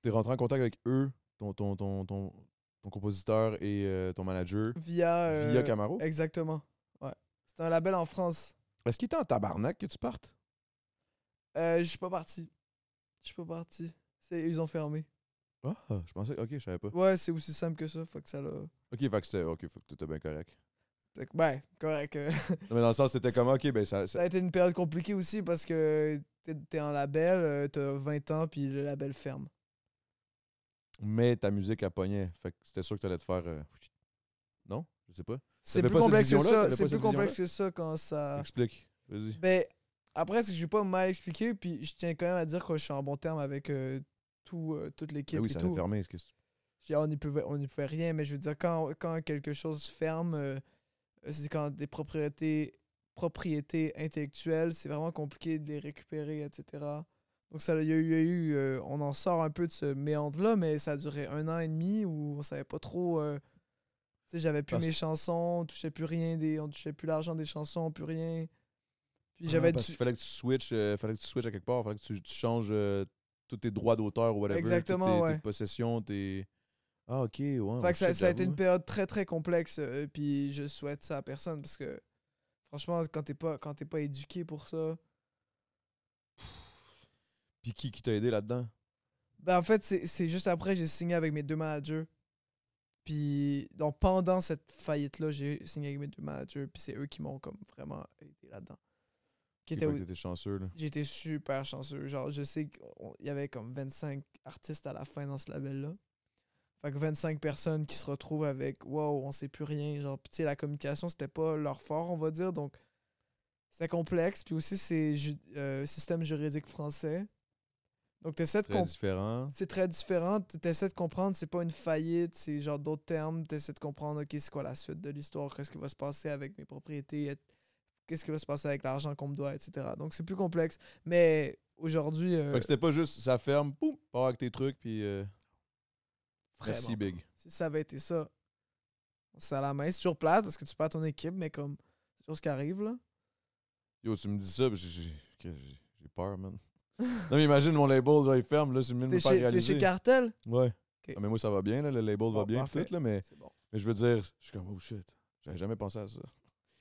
es rentré en contact avec eux, ton, ton, ton, ton, ton compositeur et euh, ton manager,
Via. euh,
via Camaro.
Exactement. Ouais. C'est un label en France.
Est-ce qu'il était en tabarnak que tu partes?
Euh, je suis pas parti. Je suis pas parti. C'est- Ils ont fermé.
Ah, je pensais... OK, je savais pas.
Ouais, c'est aussi simple que ça. Faut que ça l'a.
OK, fait que c'était... OK, fait que t'étais bien correct.
fait que, Ben, correct. euh.
Non, mais dans le sens, c'était comme... OK, ben ça...
Ça a été une période compliquée aussi parce que t'es t'es en label, euh, t'as 20 ans, puis le label ferme.
Mais ta musique, elle pognait. Fait que c'était sûr que t'allais te faire... euh, Non? Je sais pas.
C'est
T'avais
plus
pas cette
complexe que
vision-là?
ça.
T'avais pas
C'est plus
cette
complexe que ça quand ça.
Explique. Vas-y.
Ben, après, c'est que j'ai pas mal expliqué, puis je tiens quand même à dire que je suis en bon terme avec euh, tout, euh, toute l'équipe
Ah oui,
et
ça
tout.
avait fermé. Est-ce que c'est-
Je dis, ah, on n'y pouvait, on y pouvait rien, mais je veux dire, quand, quand quelque chose ferme, euh, c'est quand des propriétés, propriétés intellectuelles, c'est vraiment compliqué de les récupérer, etc. Donc, ça, il y a eu, il y a eu, euh, on en sort un peu de ce méandre-là, mais ça a duré un an et demi où on savait pas trop. euh, tu sais, j'avais plus
Parce-
mes chansons, on touchait plus rien, des, on touchait plus l'argent des chansons, plus rien. Puis
Ah,
j'avais
parce
dû-
qu'il fallait que tu switches, euh, fallait que tu switches à quelque part, fallait que tu, tu changes euh, tous tes droits d'auteur ou whatever, toutes
Exactement,
tes,
ouais.
tes possessions, tes Ah OK, ouais.
Fait
ouais,
que ça,
shit,
ça a été
j'avoue,
une période très très complexe, euh, puis je souhaite ça à personne parce que franchement, quand t'es pas quand t'es pas éduqué pour ça,
hein. Puis qui, qui t'a aidé là-dedans
ben en fait c'est c'est juste après j'ai signé avec mes deux managers, puis donc pendant cette faillite là j'ai signé avec mes deux managers, puis c'est eux qui m'ont comme vraiment aidé là-dedans.
Qui
Qui étaient
fait
au-
que t'étais chanceux là.
J'étais super chanceux. Genre, je sais qu'il y avait comme 25 artistes à la fin dans ce label-là. Fait que 25 personnes qui se retrouvent avec Wow, on sait plus rien. Genre, pis tu sais, la communication, c'était pas leur fort, on va dire. Donc, c'était complexe. Puis aussi, c'est ju- euh, système juridique français. Donc, t'essaies de
Très
comprendre.
différent.
C'est très différent. Tu essaies de comprendre, c'est pas une faillite, c'est genre d'autres termes. Tu essaies de comprendre, OK, c'est quoi la suite de l'histoire, qu'est-ce qui va se passer avec mes propriétés, et- qu'est-ce qui va se passer avec l'argent qu'on me doit, etc. Donc, c'est plus complexe. Mais aujourd'hui, euh,
Fait que c'était pas juste ça ferme, boum, pars avec tes trucs puis euh,
vraiment,
merci big.
si ça avait été ça, c'est à la main. C'est toujours plate parce que tu perds ton équipe, mais comme, c'est toujours ce qui arrive, là.
Yo, tu me dis ça, puis j'ai- j'ai que j'ai- j'ai peur, man. non, mais imagine mon label, genre, il ferme, là, c'est mieux de
T'es
me faire
chez, t'es
réaliser.
chez Cartel?
Ouais. Ah, mais moi, ça va bien, là, le label
Bon,
va bien,
parfait.
tout, là, mais,
C'est bon.
mais je veux dire, je suis comme, oh shit, j'avais jamais pensé à ça.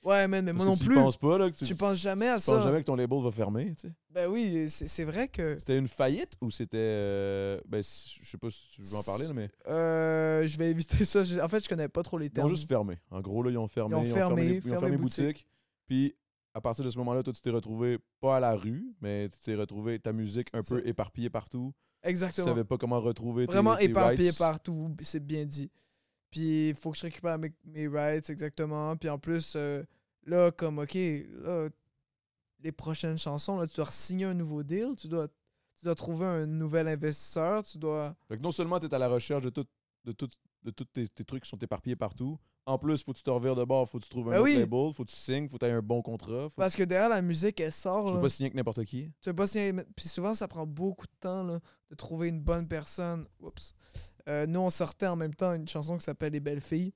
Ouais, man, mais moi
Parce
non
que tu y
plus.
penses pas, là, que tu,
tu penses jamais à
tu
ça.
penses jamais que ton label va fermer, tu sais.
Ben oui, c'est c'est vrai que.
C'était une faillite ou c'était. euh, ben, si- je sais pas si tu veux en parler, là, mais.
Euh, je vais éviter ça. Je- En fait, je connais pas trop les
Ils ont
termes.
juste fermé. En gros, là, ils ont fermé.
Ils ont fermé,
les- ils ont
fermé
fermé
boutique.
boutique. Puis, à partir de ce moment-là, toi, tu t'es retrouvé pas à la rue, mais tu t'es retrouvé ta musique un
C'est
peu
ça.
éparpillée partout. Tu
Exactement.
savais pas comment retrouver tes-
Vraiment
tes
éparpillé
rights.
partout, c'est bien dit. Puis il faut que je récupère mes, mes rights, exactement. Puis en plus, euh, là, comme, OK, là, les prochaines chansons, là, tu dois signer un nouveau deal, tu dois, tu dois trouver un nouvel investisseur, tu dois.
Fait que non seulement tu es à la recherche de tout, de tout, de tous tes, tes trucs qui sont éparpillés partout, en plus, faut que tu te revires de bord, faut que tu trouves un
Ben
autre
oui.
label, faut que tu signes, faut que tu aies un bon contrat. Faut que
Parce que derrière la musique, elle
tu
sort.
peux
là.
pas signer avec n'importe qui.
Tu veux pas signer. mais- Puis souvent, ça prend beaucoup de temps là, de trouver une bonne personne. Oups. Euh, nous, on sortait en même temps une chanson qui s'appelle Les Belles Filles.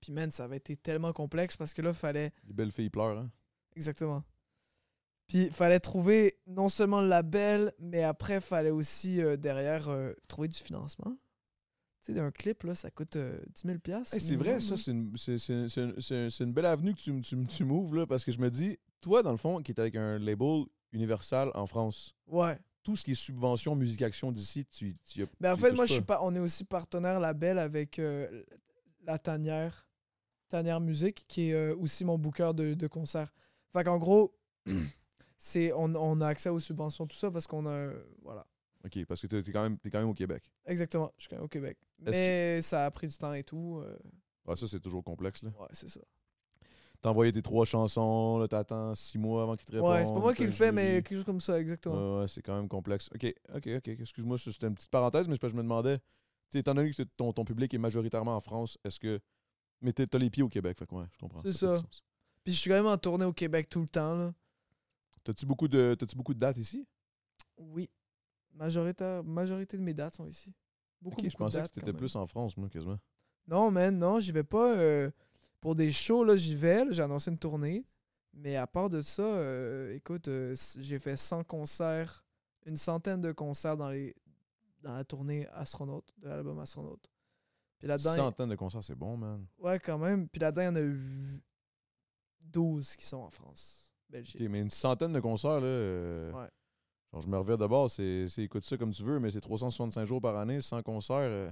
Puis, man, ça avait été tellement complexe parce que là, fallait.
Les belles filles pleurent. Hein?
Exactement. Puis, fallait trouver non seulement le label, mais après, fallait aussi euh, derrière euh, trouver du financement. Tu sais, un clip, là, ça coûte euh, 10 000 piastres,
Hey, Eh, c'est vrai,
minimum,
ça,
là.
c'est une, c'est- c'est- c'est une- c'est- c'est une belle avenue que tu, m- tu, m- tu m'ouvres, là, parce que je me dis, toi, dans le fond, qui est avec un label universal en France,
Ouais.
tout ce qui est subvention, musique, action d'ici, tu, tu y as-
Mais en
tu y
fait,
touches
moi,
pas.
je suis pas. On est aussi partenaire label avec euh, la Tanière, Tanière Musique, qui est euh, aussi mon booker de, de concert. Fait qu'en gros, c'est on, on a accès aux subventions, tout ça, parce qu'on a. un- Voilà.
OK, parce que t'es t'es quand, même- t'es quand même au Québec.
Exactement, je suis quand même au Québec.
Est-ce
Mais ça a pris du temps et tout. euh,
Ah, ça, c'est toujours complexe. là.
ouais, c'est ça.
T'as envoyé tes trois chansons, là, t'attends six mois avant qu'ils te répondent.
Ouais, c'est pas moi qui
t'as
le fais,
jury.
mais quelque chose comme ça, exactement.
Ouais, ouais, c'est quand même complexe. OK, OK, OK. Excuse-moi, c'était une petite parenthèse, mais c'est parce que je me demandais, tu sais, étant donné que c'est- ton, ton public est majoritairement en France, est-ce que. Mais t'es- t'as les pieds au Québec, fait que ouais, je comprends.
C'est
fait du
ça.
sens.
Puis je suis quand même en tournée au Québec tout le temps, là.
T'as-tu beaucoup, de- t'as-tu beaucoup de dates ici?
Oui. Majoritaire, majorité de mes dates sont ici. Beaucoup,
Ok, je
beaucoup de
pensais que
dates. quand
t'étais
même.
plus en France, moi, quasiment.
Non, man, non, j'y vais pas. euh, pour des shows, là, j'y vais. là, J'ai annoncé une tournée. Mais à part de ça, euh, écoute, euh, s- j'ai fait 100 concerts, une centaine de concerts dans, les, dans la tournée Astronaute, de l'album Astronaute. Puis là-dedans, il-
Centaines de concerts, c'est bon, man.
ouais, quand même. Puis là-dedans, il y en a eu 12 qui sont en France, Belgique.
Ok, mais une centaine de concerts, là. euh,
Ouais.
genre, je me reviens d'abord, c'est c'est- écoute ça comme tu veux, mais c'est 365 jours par année, 100 concerts. euh,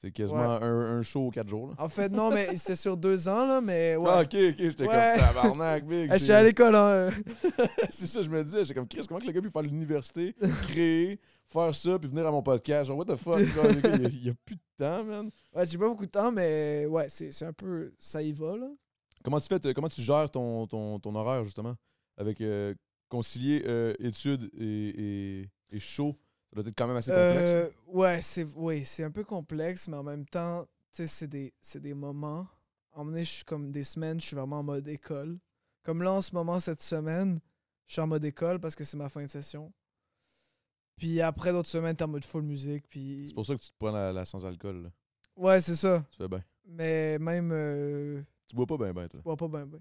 c'est quasiment un, un show aux 4 jours, là.
En fait, non, mais c'est sur deux ans, là, mais ouais.
Ah, ok, ok, j'étais
Ouais.
comme tabarnak, big.
Eh, je suis
c'est-
à l'école, hein. euh.
c'est ça, je me disais, j'étais comme Chris, comment que le gars peut faire l'université, créer, faire ça, puis venir à mon podcast? Genre, what the fuck? Genre, le gars, il n'y a, plus de temps, man.
Ouais, j'ai pas beaucoup de temps, mais ouais, c'est c'est un peu. Ça y va, là.
Comment tu fais, t- comment tu gères ton, ton, ton horaire, justement, avec euh, concilier euh, études et, et, et show? Ça doit être quand même assez complexe. hein.
Euh, ouais, c'est oui, c'est un peu complexe, mais en même temps, tu sais, c'est des, c'est des moments. À un moment donné, je suis comme des semaines, je suis vraiment en mode école. Comme là, en ce moment, cette semaine, je suis en mode école parce que c'est ma fin de session. Puis après, d'autres semaines, t'es en mode full musique. Puis...
C'est pour ça que tu te prends la, la sans-alcool, là.
Ouais, c'est ça.
Tu fais bien.
Mais même, euh,
Tu bois pas bien, bien, toi.
je bois pas ben ben.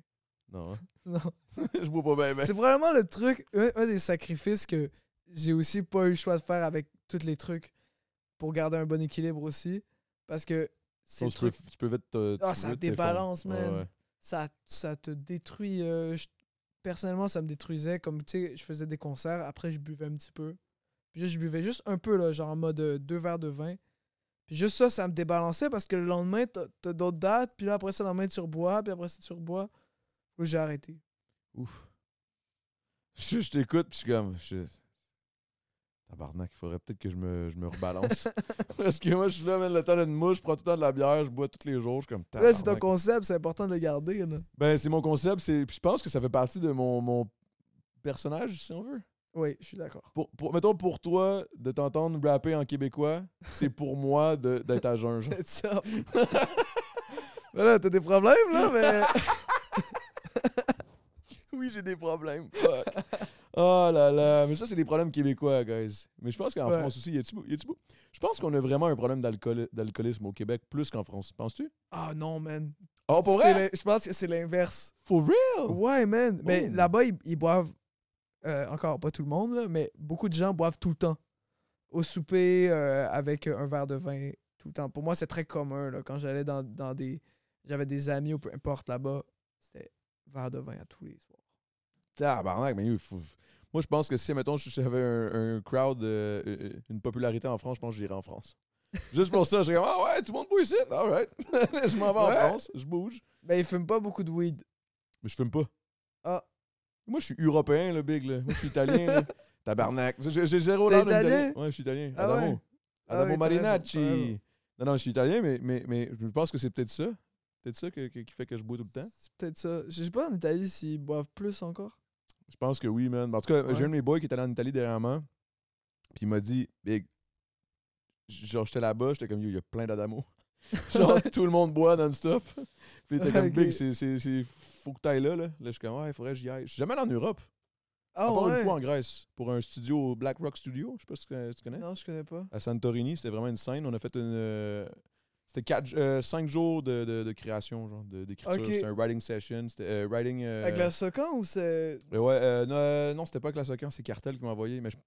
Non, hein?
Non.
Je bois pas bien, ben.
C'est probablement le truc, un, un des sacrifices que j'ai aussi pas eu le choix de faire avec tous les trucs pour garder un bon équilibre aussi. Parce que c'est
Tu,
le
peux-
truc,
tu peux vite te.
Ah,
tu
ça
peux vite t'effondrer.
débalance,
Ouais,
man.
ouais.
ça, ça te détruit. euh, je- personnellement, ça me détruisait. Comme tu sais, je faisais des concerts, après je buvais un petit peu. Puis là, je buvais juste un peu, là, genre en mode euh, deux verres de vin. Puis juste ça, ça me débalançait parce que le lendemain, t'as t'as d'autres dates. Puis là, après ça, le lendemain, tu rebois. Puis après ça, tu rebois. Là, J'ai arrêté.
Ouf. Je, je t'écoute, puis je suis comme. Je... Tabarnak, il faudrait peut-être que je me, je me rebalance. Parce que moi, je suis là, man, le temps d'une mouche, je prends tout le temps de la bière, je bois tous les jours, je suis comme.
Là, c'est ton
tabarnak.
concept, c'est important de le garder. Là.
Ben, c'est mon concept, c'est... puis je pense que ça fait partie de mon, mon personnage, si on veut.
Oui, je suis d'accord.
Pour, pour- mettons, pour toi, de t'entendre rapper en québécois, c'est pour moi de- d'être à jeun. genre.
C'est ça. Ben là, t'as des problèmes, là, mais.
Oui, j'ai des problèmes. Fuck. oh là là. Mais ça, c'est des problèmes québécois, guys. Mais je pense qu'en
Ouais.
France aussi, y a-tu beau- y a-tu beau- Je pense qu'on a vraiment un problème d'alcool- d'alcoolisme au Québec plus qu'en France. Penses-tu?
Ah non, man.
Oh, pour
C'est
vrai?
l'in- Je pense que c'est l'inverse.
For real?
Ouais, man. Mais
Oh.
là-bas, ils, ils boivent. euh, encore pas tout le monde, là, mais beaucoup de gens boivent tout le temps. Au souper, euh, avec un verre de vin, tout le temps. Pour moi, c'est très commun. Là, quand j'allais dans, dans des. J'avais des amis ou peu importe là-bas, c'était verre de vin à tous les soirs.
Tabarnak, mais il faut- Moi, je pense que si, mettons, j'avais un, un crowd, euh, euh, une popularité en France, je pense que j'irais en France. Juste pour ça, je serais comme, ah ouais, tout le monde bouge ici, alright. je m'en vais en
Ouais.
France, je bouge.
Ben, ils fument pas beaucoup de weed.
Mais je fume pas.
Ah.
Moi, je suis européen, le big, là. Moi, je suis italien, là. Tabarnak. J'ai j'ai zéro
T'es
l'air d'un
italien?
Ouais, je suis italien.
Ah
Adamo.
ouais? Ah
Adamo
ouais, t'as raison,
Marinacci.
t'as raison.
Non, non, je suis italien, mais, mais, mais je pense que c'est peut-être ça. Peut-être ça que- que- qui fait que je bois tout le temps.
C'est peut-être ça. Je sais pas en Italie s'ils boivent plus encore.
Je pense que oui, man. En tout cas,
Ouais.
j'ai un de mes boys qui est allé en Italie dernièrement. Puis il m'a dit, Big, genre, j'étais là-bas, j'étais comme, Yo, il y a plein d'Adamo. genre, tout le monde boit non-stop. Puis il était comme,
Ok.
Big, c'est, c'est, c'est- faut que t'ailles là, là. Là, je suis comme, ouais, faudrait que j'y aille. Je suis jamais allé en Europe.
Ah
à part
ouais?
une fois en Grèce, pour un studio, Black Rock Studio, je sais pas si tu connais- tu connais.
Non, je connais pas.
À Santorini, c'était vraiment une scène. On a fait une. euh, c'était quatre, euh, cinq jours de, de- de création, genre, de- d'écriture.
Ok.
C'était un writing session. C'était euh, writing. euh,
Avec la Socan ou c'est.
euh, ouais, euh, non, euh, non, c'était pas avec la Socan, c'est Cartel qui m'a envoyé. Mais je-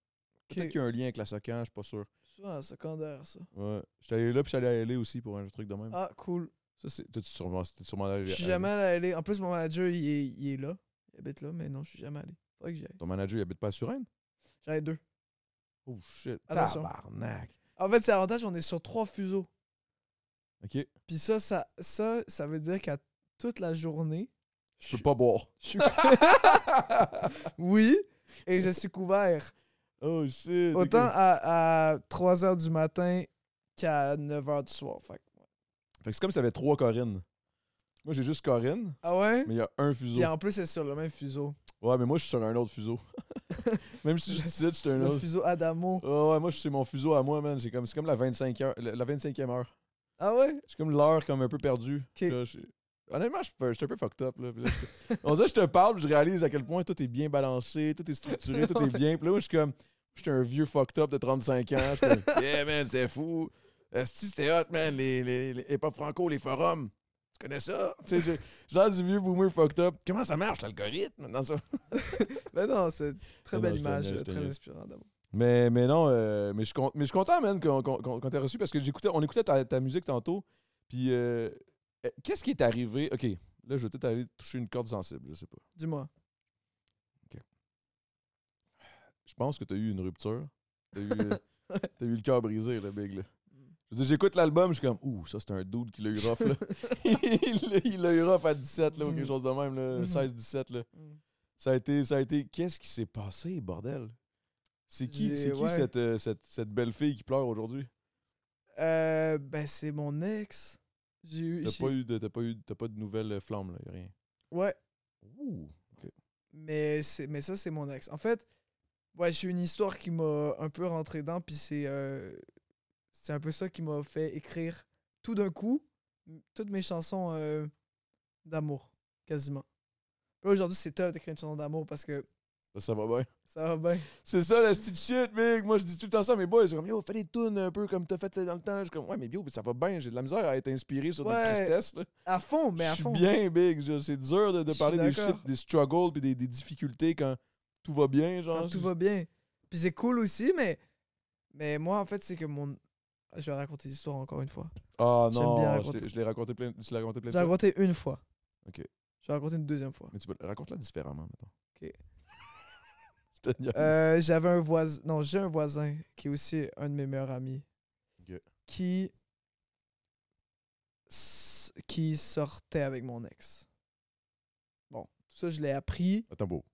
peut-être
Ok.
qu'il y a un lien avec la Socan, je suis pas sûr.
Souvent la Socan derrière ça.
Ouais. J'étais allé là, puis j'allais à LA aussi pour un truc de même.
Ah, cool.
Ça, c'est. T'es sûrement, t'es sûrement allé.
Je suis
à-
jamais allé. En plus, mon manager, il est, il est là. Il habite là, mais non, je suis jamais allé. Faudrait que j'y aille.
Ton manager, il habite pas à Suresnes?
J'en ai deux.
Oh shit.
Attention.
Tabarnak.
En fait, c'est l'avantage, on est sur trois fuseaux.
Ok.
Puis ça, ça, ça, ça veut dire qu'à toute la journée,
Je peux pas boire.
Je suis- oui, et je suis couvert.
Oh shit.
Autant
ok.
à, 3h du matin qu'à 9h du soir. Fait que-
Fait que c'est comme si t'avais trois Corinne. Moi, j'ai juste Corinne,
Ah ouais?
mais il y a un fuseau.
Et en plus, c'est sur le même fuseau.
Ouais, mais moi, je suis sur un autre fuseau. Même si je dis ça, je suis un
Le
autre.
fuseau Adamo.
Ouais, ouais, moi, je suis sur mon fuseau à moi, man. C'est comme, c'est comme la, 25 heure, la la 25e heure.
Ah ouais?
C'est comme l'heure comme un peu perdue. Là, je- Honnêtement, je suis pas- je suis un peu fucked up. Là. Puis là, je- On dirait que je te parle, puis je réalise à quel point tout est bien balancé, tout est structuré, tout est bien. Puis là, moi, je suis comme, je suis un vieux fucked up de 35 ans. Je suis comme, yeah, man, c'était fou. Esti, c'était hot, man. Les, les, les hip-hop franco, les forums. Tu connais ça? Tu sais, j'ai- j'ai l'air du vieux boomer fucked up. Comment ça marche, l'algorithme? Dans ça?
Mais Ben non, c'est une très
Non,
belle
je te
image,
niaise, je te
très
niaise.
inspirante d'abord.
Mais, mais non, euh, mais je suis con- mais je suis content, man, qu'on qu'on- qu'on- qu'on t'ait reçu parce que j'écoutais, on écoutait ta, ta musique tantôt. Puis, euh, euh, qu'est-ce qui est arrivé? OK, là, je vais peut-être aller toucher une corde sensible, je sais pas.
Dis-moi.
Je pense que t'as eu une rupture. T'as eu, euh, t'as eu le cœur brisé, le big, là.
Mm.
Je veux dire, j'écoute l'album, je suis comme, ouh, ça, c'est un dude qui l'a eu rough, là. il l'a- il l'a eu rough à 17, là, ou quelque chose de même, là,
Mhm.
16-17, là.
Mm.
Ça a été, ça a été, qu'est-ce qui s'est passé, bordel? C'est qui,
J'ai-
c'est qui
ouais.
cette, euh, cette, cette belle fille qui pleure aujourd'hui?
Euh, ben, c'est mon ex. J'ai eu.
T'as
j'ai-
pas eu de, t'as pas eu, t'as pas de nouvelles euh, flammes, là, y a rien.
Ouais,
Ouh.
mais, c'est... mais ça, c'est mon ex. En fait, ouais, j'ai une histoire qui m'a un peu rentré dedans, puis c'est. euh, C'est un peu ça qui m'a fait écrire tout d'un coup m- toutes mes chansons euh, d'amour, quasiment. Là, aujourd'hui, c'est top d'écrire une chanson d'amour parce que
Ça, ça va bien.
ça va bien.
C'est ça, la petite shit, mec. Moi, je dis tout le temps ça à mes boys. C'est comme, yo, fais des tunes un peu comme t'as fait euh, dans le temps. Je suis comme, ouais, mais yo, ça va bien. J'ai de la misère à être inspiré sur notre
Ouais.
tristesse. Là.
À fond, mais à
je suis
fond.
bien, big. Je- C'est dur de, de
Je suis
parler des
d'accord.
shit, des struggles puis des, des difficultés quand tout va bien, genre.
quand tout va bien. Puis c'est cool aussi, mais, mais moi, en fait, c'est que mon. Je vais raconter l'histoire encore une fois.
Ah
J'aime
non,
bien
je
raconter.
l'ai- je l'ai raconté plein, tu l'as raconté plein
Je
de
l'ai
fois.
raconté une fois.
Ok.
Je l'ai raconté une deuxième fois.
Mais tu peux- raconte-la différemment, maintenant.
Ok.
je te niaise.
Euh, J'avais un voisin. Non, j'ai un voisin qui est aussi un de mes meilleurs amis.
Ok.
Qui. s- Qui sortait avec mon ex. Bon, tout ça, je l'ai appris.
Attends, beau.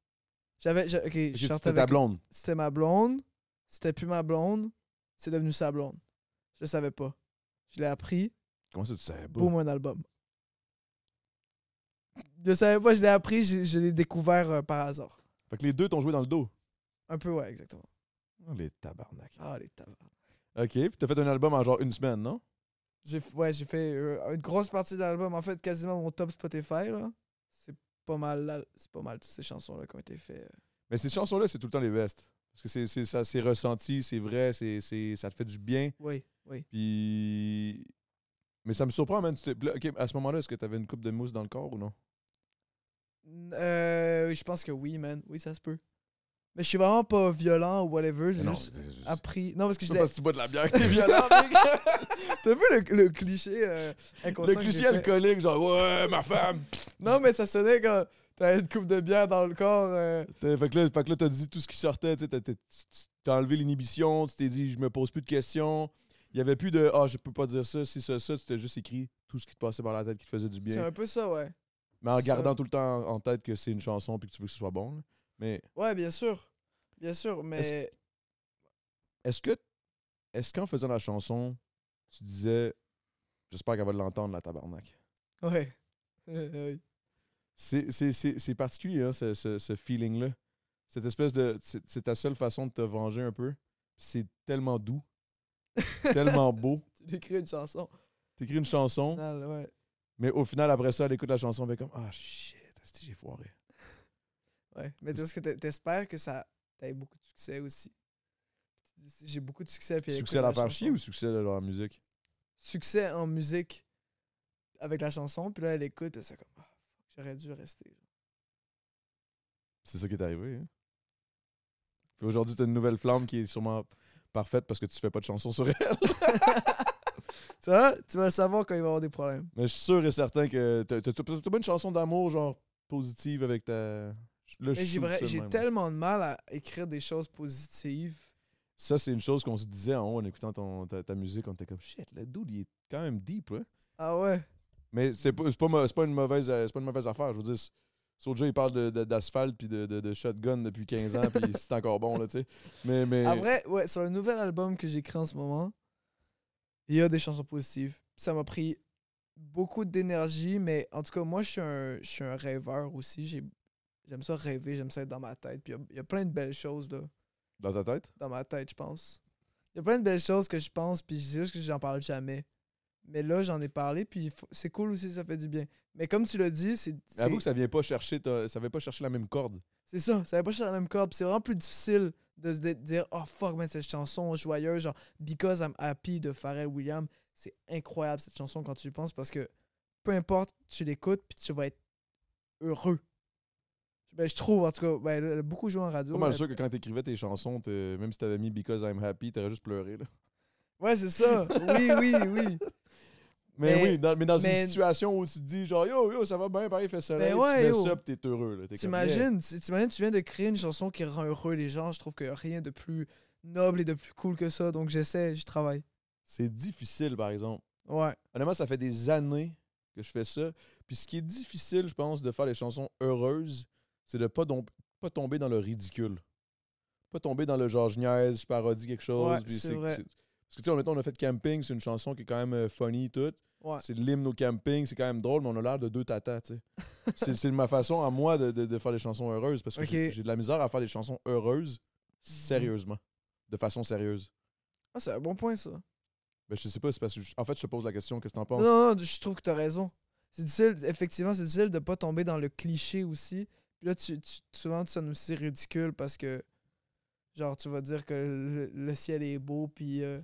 J'avais. j'a- Ok, je sortais
C'était ta
avec-
blonde.
C'était ma blonde. C'était plus ma blonde. C'est devenu sa blonde. Je le savais pas. Je l'ai appris.
Comment ça, tu savais pas?
Boum, un album. Je savais pas, je l'ai appris, je, je l'ai découvert euh, par hasard.
Fait que les deux t'ont joué dans le dos.
Un peu, ouais, exactement.
Oh, les tabarnak.
Ah, les tabards.
Ok, puis t'as fait un album en genre une semaine, non?
J'ai, f- ouais, j'ai fait euh, une grosse partie de l'album. En fait, quasiment mon top Spotify, là. C'est pas mal, là, c'est pas mal toutes ces chansons-là qui ont été faites. euh.
Mais ces chansons-là, c'est tout le temps les bestes. Parce que c'est, c'est, ça, c'est ressenti, c'est vrai, c'est, c'est, ça te fait du bien.
Oui, oui.
Puis. Mais ça me surprend, man. tu t'es- là, ok, à ce moment-là, est-ce que t'avais une coupe de mousse dans le corps ou non?
N- euh, je pense que oui, man. Oui, ça se peut. Mais je suis vraiment pas violent ou whatever. J'ai juste appris. Non, parce que je
c'est
l'ai.
parce que tu bois de la bière que t'es violent, mec.
T'as vu le, le cliché euh, inconscient
Le
que j'ai
cliché
fait?
alcoolique, genre, ouais, ma femme.
Non, mais ça sonnait quand t'avais une coupe de bière dans le corps. euh,
T'as- Fait que, là, fait que là, t'as dit tout ce qui sortait. tu sais, T'as, t'as- tu- t'as enlevé l'inhibition, tu t'es dit, je me pose plus de questions. Il n'y avait plus de, ah, je peux pas dire ça, si ça, ça. Tu t'es juste écrit tout ce qui te passait par la tête qui te faisait du bien.
C'est un peu ça, ouais.
Mais en
Ça.
gardant tout le temps en tête que c'est une chanson puis que tu veux que ce soit bon. là. Mais
Ouais, bien sûr. Bien sûr, mais
est-ce que est-ce qu'en faisant la chanson, tu disais J'espère qu'elle va l'entendre la tabarnak.
ouais. Euh, oui.
C'est- C'est c'est- c'est particulier, hein, ce, ce- ce feeling-là. Cette espèce de. C'est c'est ta seule façon de te venger un peu. C'est tellement doux, tellement beau.
tu écris une chanson.
T'écris une chanson,
Non, ouais.
mais au final, après ça, elle écoute la chanson, elle fait comme Ah shit, esti, j'ai foiré.
ouais. Mais tu vois, ce que t'es- t'espères que ça t'aille beaucoup de succès aussi. J'ai beaucoup de succès. Puis elle
Succès à
écoute
la faire
chanson.
chier ou succès à la musique
Succès en musique avec la chanson. Puis là, elle écoute. Puis c'est comme, Ah, fuck, j'aurais dû rester.
C'est ça qui est arrivé. Hein? Puis aujourd'hui, t'as une nouvelle flamme qui est sûrement parfaite parce que tu fais pas de chansons sur elle.
Tu vois, tu vas savoir quand il va y avoir des problèmes.
Mais je suis sûr et certain que t'as t'as- t'as- t'as pas une chanson d'amour genre positive avec ta. Là, je
Mais j'ai
shoot
vrai-
ça de
j'ai
même.
tellement de mal à écrire des choses positives.
Ça, c'est une chose qu'on se disait en haut en écoutant ton, ta, ta musique. On était comme shit, le dude, il est quand même deep. Hein?
Ah ouais.
Mais c'est pas, c'est pas, mo- c'est pas, une mauvaise, euh, c'est pas une mauvaise affaire. Je veux dire, c'est- Soulja, il parle de- de- d'asphalte puis de, de- de shotgun depuis 15 ans, puis c'est encore bon, là, tu sais. Mais, mais...
Après, ouais, sur le nouvel album que j'écris en ce moment, il y a des chansons positives. Ça m'a pris beaucoup d'énergie, mais en tout cas, moi, je suis un, je suis un rêveur aussi. J'ai- J'aime ça rêver, j'aime ça être dans ma tête. Puis il y a- il y, a plein de belles choses là,
dans ta tête?
dans ma tête, je pense. Il y a plein de belles choses que je pense, puis je dis juste que j'en parle jamais. Mais là, j'en ai parlé, puis il faut- c'est cool aussi, ça fait du bien. Mais comme tu l'as dit, c'est. c'est-
Avoue que ça vient pas chercher, ta- ça vient pas chercher la même corde.
C'est ça, ça va pas chercher la même corde. puis C'est vraiment plus difficile de se dé- dire Oh fuck, man, cette chanson joyeuse, genre Because I'm Happy de Pharrell Williams. C'est incroyable cette chanson quand tu y penses parce que peu importe, tu l'écoutes puis tu vas être heureux. Ben, je trouve, en tout cas, ben, elle a beaucoup joué en radio.
Pas mal
mais-
sûr que quand t'écrivais tes chansons, t'es- même si t'avais mis Because I'm Happy, t'aurais juste pleuré, là.
Ouais, c'est ça. oui, oui, oui.
Mais,
Mais-
oui, dans, mais dans
mais-
une situation où tu te dis genre yo yo ça va bien, pareil, fais ça,
Ben
tu
ouais,
mets
yo.
ça, pis t'es heureux là. T'es comme, yeah.
T'imagines, tu- t'imagines, tu viens de créer une chanson qui rend heureux les gens. Je trouve que rien de plus noble et de plus cool que ça. Donc j'essaie, j'y travaille.
C'est difficile par exemple.
Ouais.
Honnêtement, ça fait des années que je fais ça. Puis ce qui est difficile, je pense, de faire les chansons heureuses, c'est de pas dom- pas tomber dans le ridicule, pas tomber dans le genre je niaise, je parodie quelque chose.
Ouais,
puis
c'est
c'est-
vrai.
c'est- Parce que tu sais, mettons, on a fait camping, c'est une chanson qui est quand même euh, funny et tout.
Ouais.
C'est l'hymne au camping, c'est quand même drôle, mais on a l'air de deux tatas, tu sais. c'est, c'est ma façon à moi de, de- de faire des chansons heureuses, parce que
Ok. Mhm.
j'ai, j'ai de la misère à faire des chansons heureuses sérieusement, de façon sérieuse.
Ah, c'est un bon point ça.
Ben, je sais pas, c'est parce que, je- en fait, je te pose la question, qu'est-ce que t'en penses?
Non, non, je trouve que t'as raison. C'est difficile, effectivement, c'est difficile de pas tomber dans le cliché aussi. Puis là, tu, tu, souvent, tu sonnes aussi ridicule parce que, genre, tu vas dire que le, le ciel est beau, puis. euh,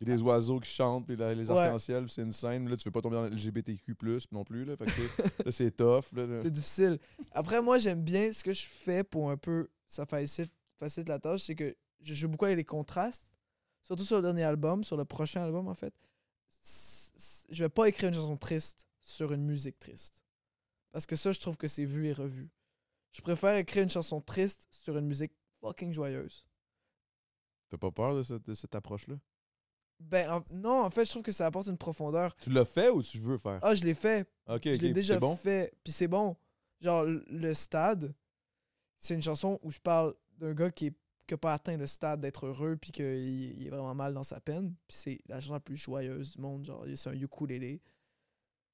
Il y a des oiseaux qui chantent, puis la- les
Ouais.
arcs-en-ciel, puis c'est une scène, mais là, tu veux pas tomber dans LGBTQ+, non plus, là, fait que, tu sais, là, c'est tough, là.
c'est difficile. Après, moi, j'aime bien ce que je fais pour un peu. Ça facilite, facilite la tâche, c'est que je joue beaucoup avec les contrastes. Surtout sur le dernier album, sur le prochain album, en fait. S- s- Je vais pas écrire une chanson triste sur une musique triste. Parce que ça, je trouve que c'est vu et revu. Je préfère écrire une chanson triste sur une musique fucking joyeuse.
T'as pas peur de cette, de cette approche-là?
Ben, en- non, en fait, je trouve que ça apporte une profondeur.
Tu l'as fait ou tu veux faire?
Ah, je l'ai fait,
ok,
je
ok,
l'ai déjà
c'est bon?
fait, puis c'est bon. Genre, l- le stade, c'est une chanson où je parle d'un gars qui est- qui a pas atteint le stade d'être heureux, puis qu'il il est vraiment mal dans sa peine. Puis c'est la chanson la plus joyeuse du monde, genre, c'est un ukulélé.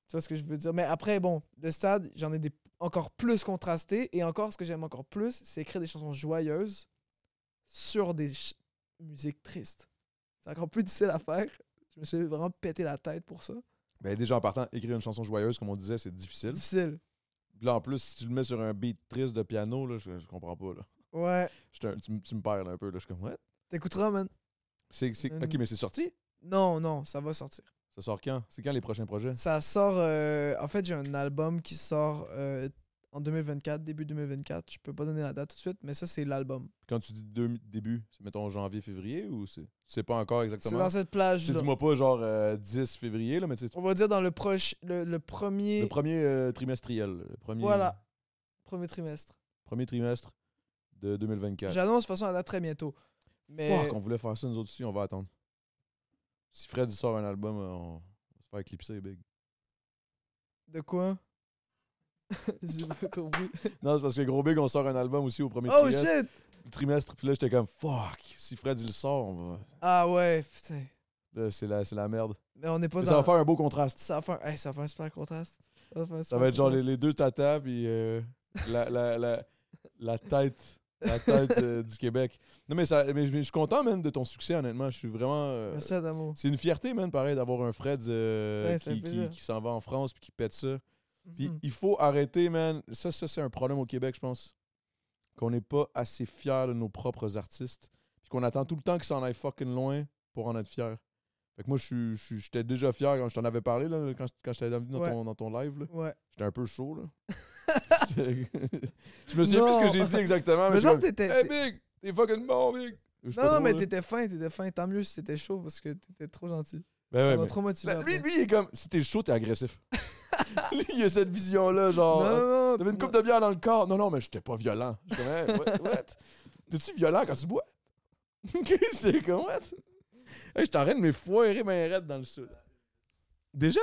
Tu vois ce que je veux dire? Mais après, bon, le stade, j'en ai des encore plus contrasté, et encore, ce que j'aime encore plus, c'est écrire des chansons joyeuses sur des ch- musiques tristes. C'est encore plus difficile à faire. Je me suis vraiment pété la tête pour ça.
Ben, déjà, en partant, écrire une chanson joyeuse, comme on disait, c'est difficile.
Difficile.
Puis là, en plus, si tu le mets sur un beat triste de piano, là, je, je comprends pas. Là.
Ouais.
J'étais un- tu, m- tu me perds là, un peu. Là. Je suis comme, what?
T'écouteras, man.
C'est- c'est-
Euh,
ok, mais c'est sorti?
Non, non, ça va sortir.
Ça sort quand? C'est quand les prochains projets?
Ça sort. euh, en fait, j'ai un album qui sort euh, en 2024, début 2024. Je peux pas donner la date tout de suite, mais ça, c'est l'album.
Quand tu dis deux- début, c'est mettons janvier, février ou c'est. Tu sais pas encore
C'est
exactement?
dans cette plage.
Tu
là.
dis-moi pas genre euh, 10 février, là, mais tu sais, tu-
On va dire dans le proche. Le, le premier.
le premier euh, trimestriel. Le premier,
Voilà. Premier trimestre.
premier trimestre de 2024.
J'annonce de toute façon la date très bientôt. Mais.
Fuck, on voulait faire ça nous autres aussi, on va attendre. Si Fred il sort un album, euh, on va se faire éclipser, big.
De quoi J'ai pas compris.
Non, c'est parce que Gros Big, on sort un album aussi au premier
Oh
trimestre.
shit
trimestre. Puis là, j'étais comme fuck. Si Fred il le sort, on va.
Ah ouais, putain.
Là, c'est la, c'est la merde.
Mais on n'est pas
Mais
dans.
ça va faire un beau contraste.
Ça va faire- hey, ça va faire un super contraste. Ça va, faire un
Ça
super
va être genre les,
contraste.
les deux tatas, puis euh, la, la, la, la tête. La tête euh, du Québec. Non, mais, ça, mais je mais je suis content, même, de ton succès, honnêtement. Je suis vraiment. euh,
Merci Adamo.
c'est une fierté, même, pareil, d'avoir un Fred euh,
Ouais, ça
qui,
fait
qui-
plaisir.
qui s'en va en France puis qui pète ça. Puis
Mhm.
il faut arrêter, man. Ça, ça c'est un problème au Québec, je pense. Qu'on n'est pas assez fiers de nos propres artistes. Puis qu'on attend tout le temps qu'ils s'en aillent fucking loin pour en être fiers. Fait que moi, je suis- je suis- j'étais déjà fier quand je t'en avais parlé, là, quand, quand je t'avais invité dans,
Ouais.
ton, dans ton live. là.
Ouais.
J'étais un peu chaud, là. J'étais- je me souviens plus ce que
Non.
j'ai dit exactement. Ah, Mais,
Mais
j'étais
genre,
comme,
t'étais-
Hey, Big! T'es fucking bon, Big! Je sais
Non,
pas
non,
trop,
mais
là.
t'étais fin, t'étais fin. Tant mieux si t'étais chaud parce que t'étais trop gentil.
Ben
ça
ouais,
m'a
mais-
trop motivé.
Là,
après.
lui, lui, il est comme. Si t'es chaud, t'es agressif. lui, il a cette vision-là, genre.
non, non, non.
oh, T'avais une coupe
non.
de bière dans le corps. Non, non, mais j'étais pas violent. J'étais comme, Hey, what? what? T'es-tu violent quand tu bois? Ok, c'est comme, what? Hey, j'étais en train de me foirer ma raide dans le sud. Déjà?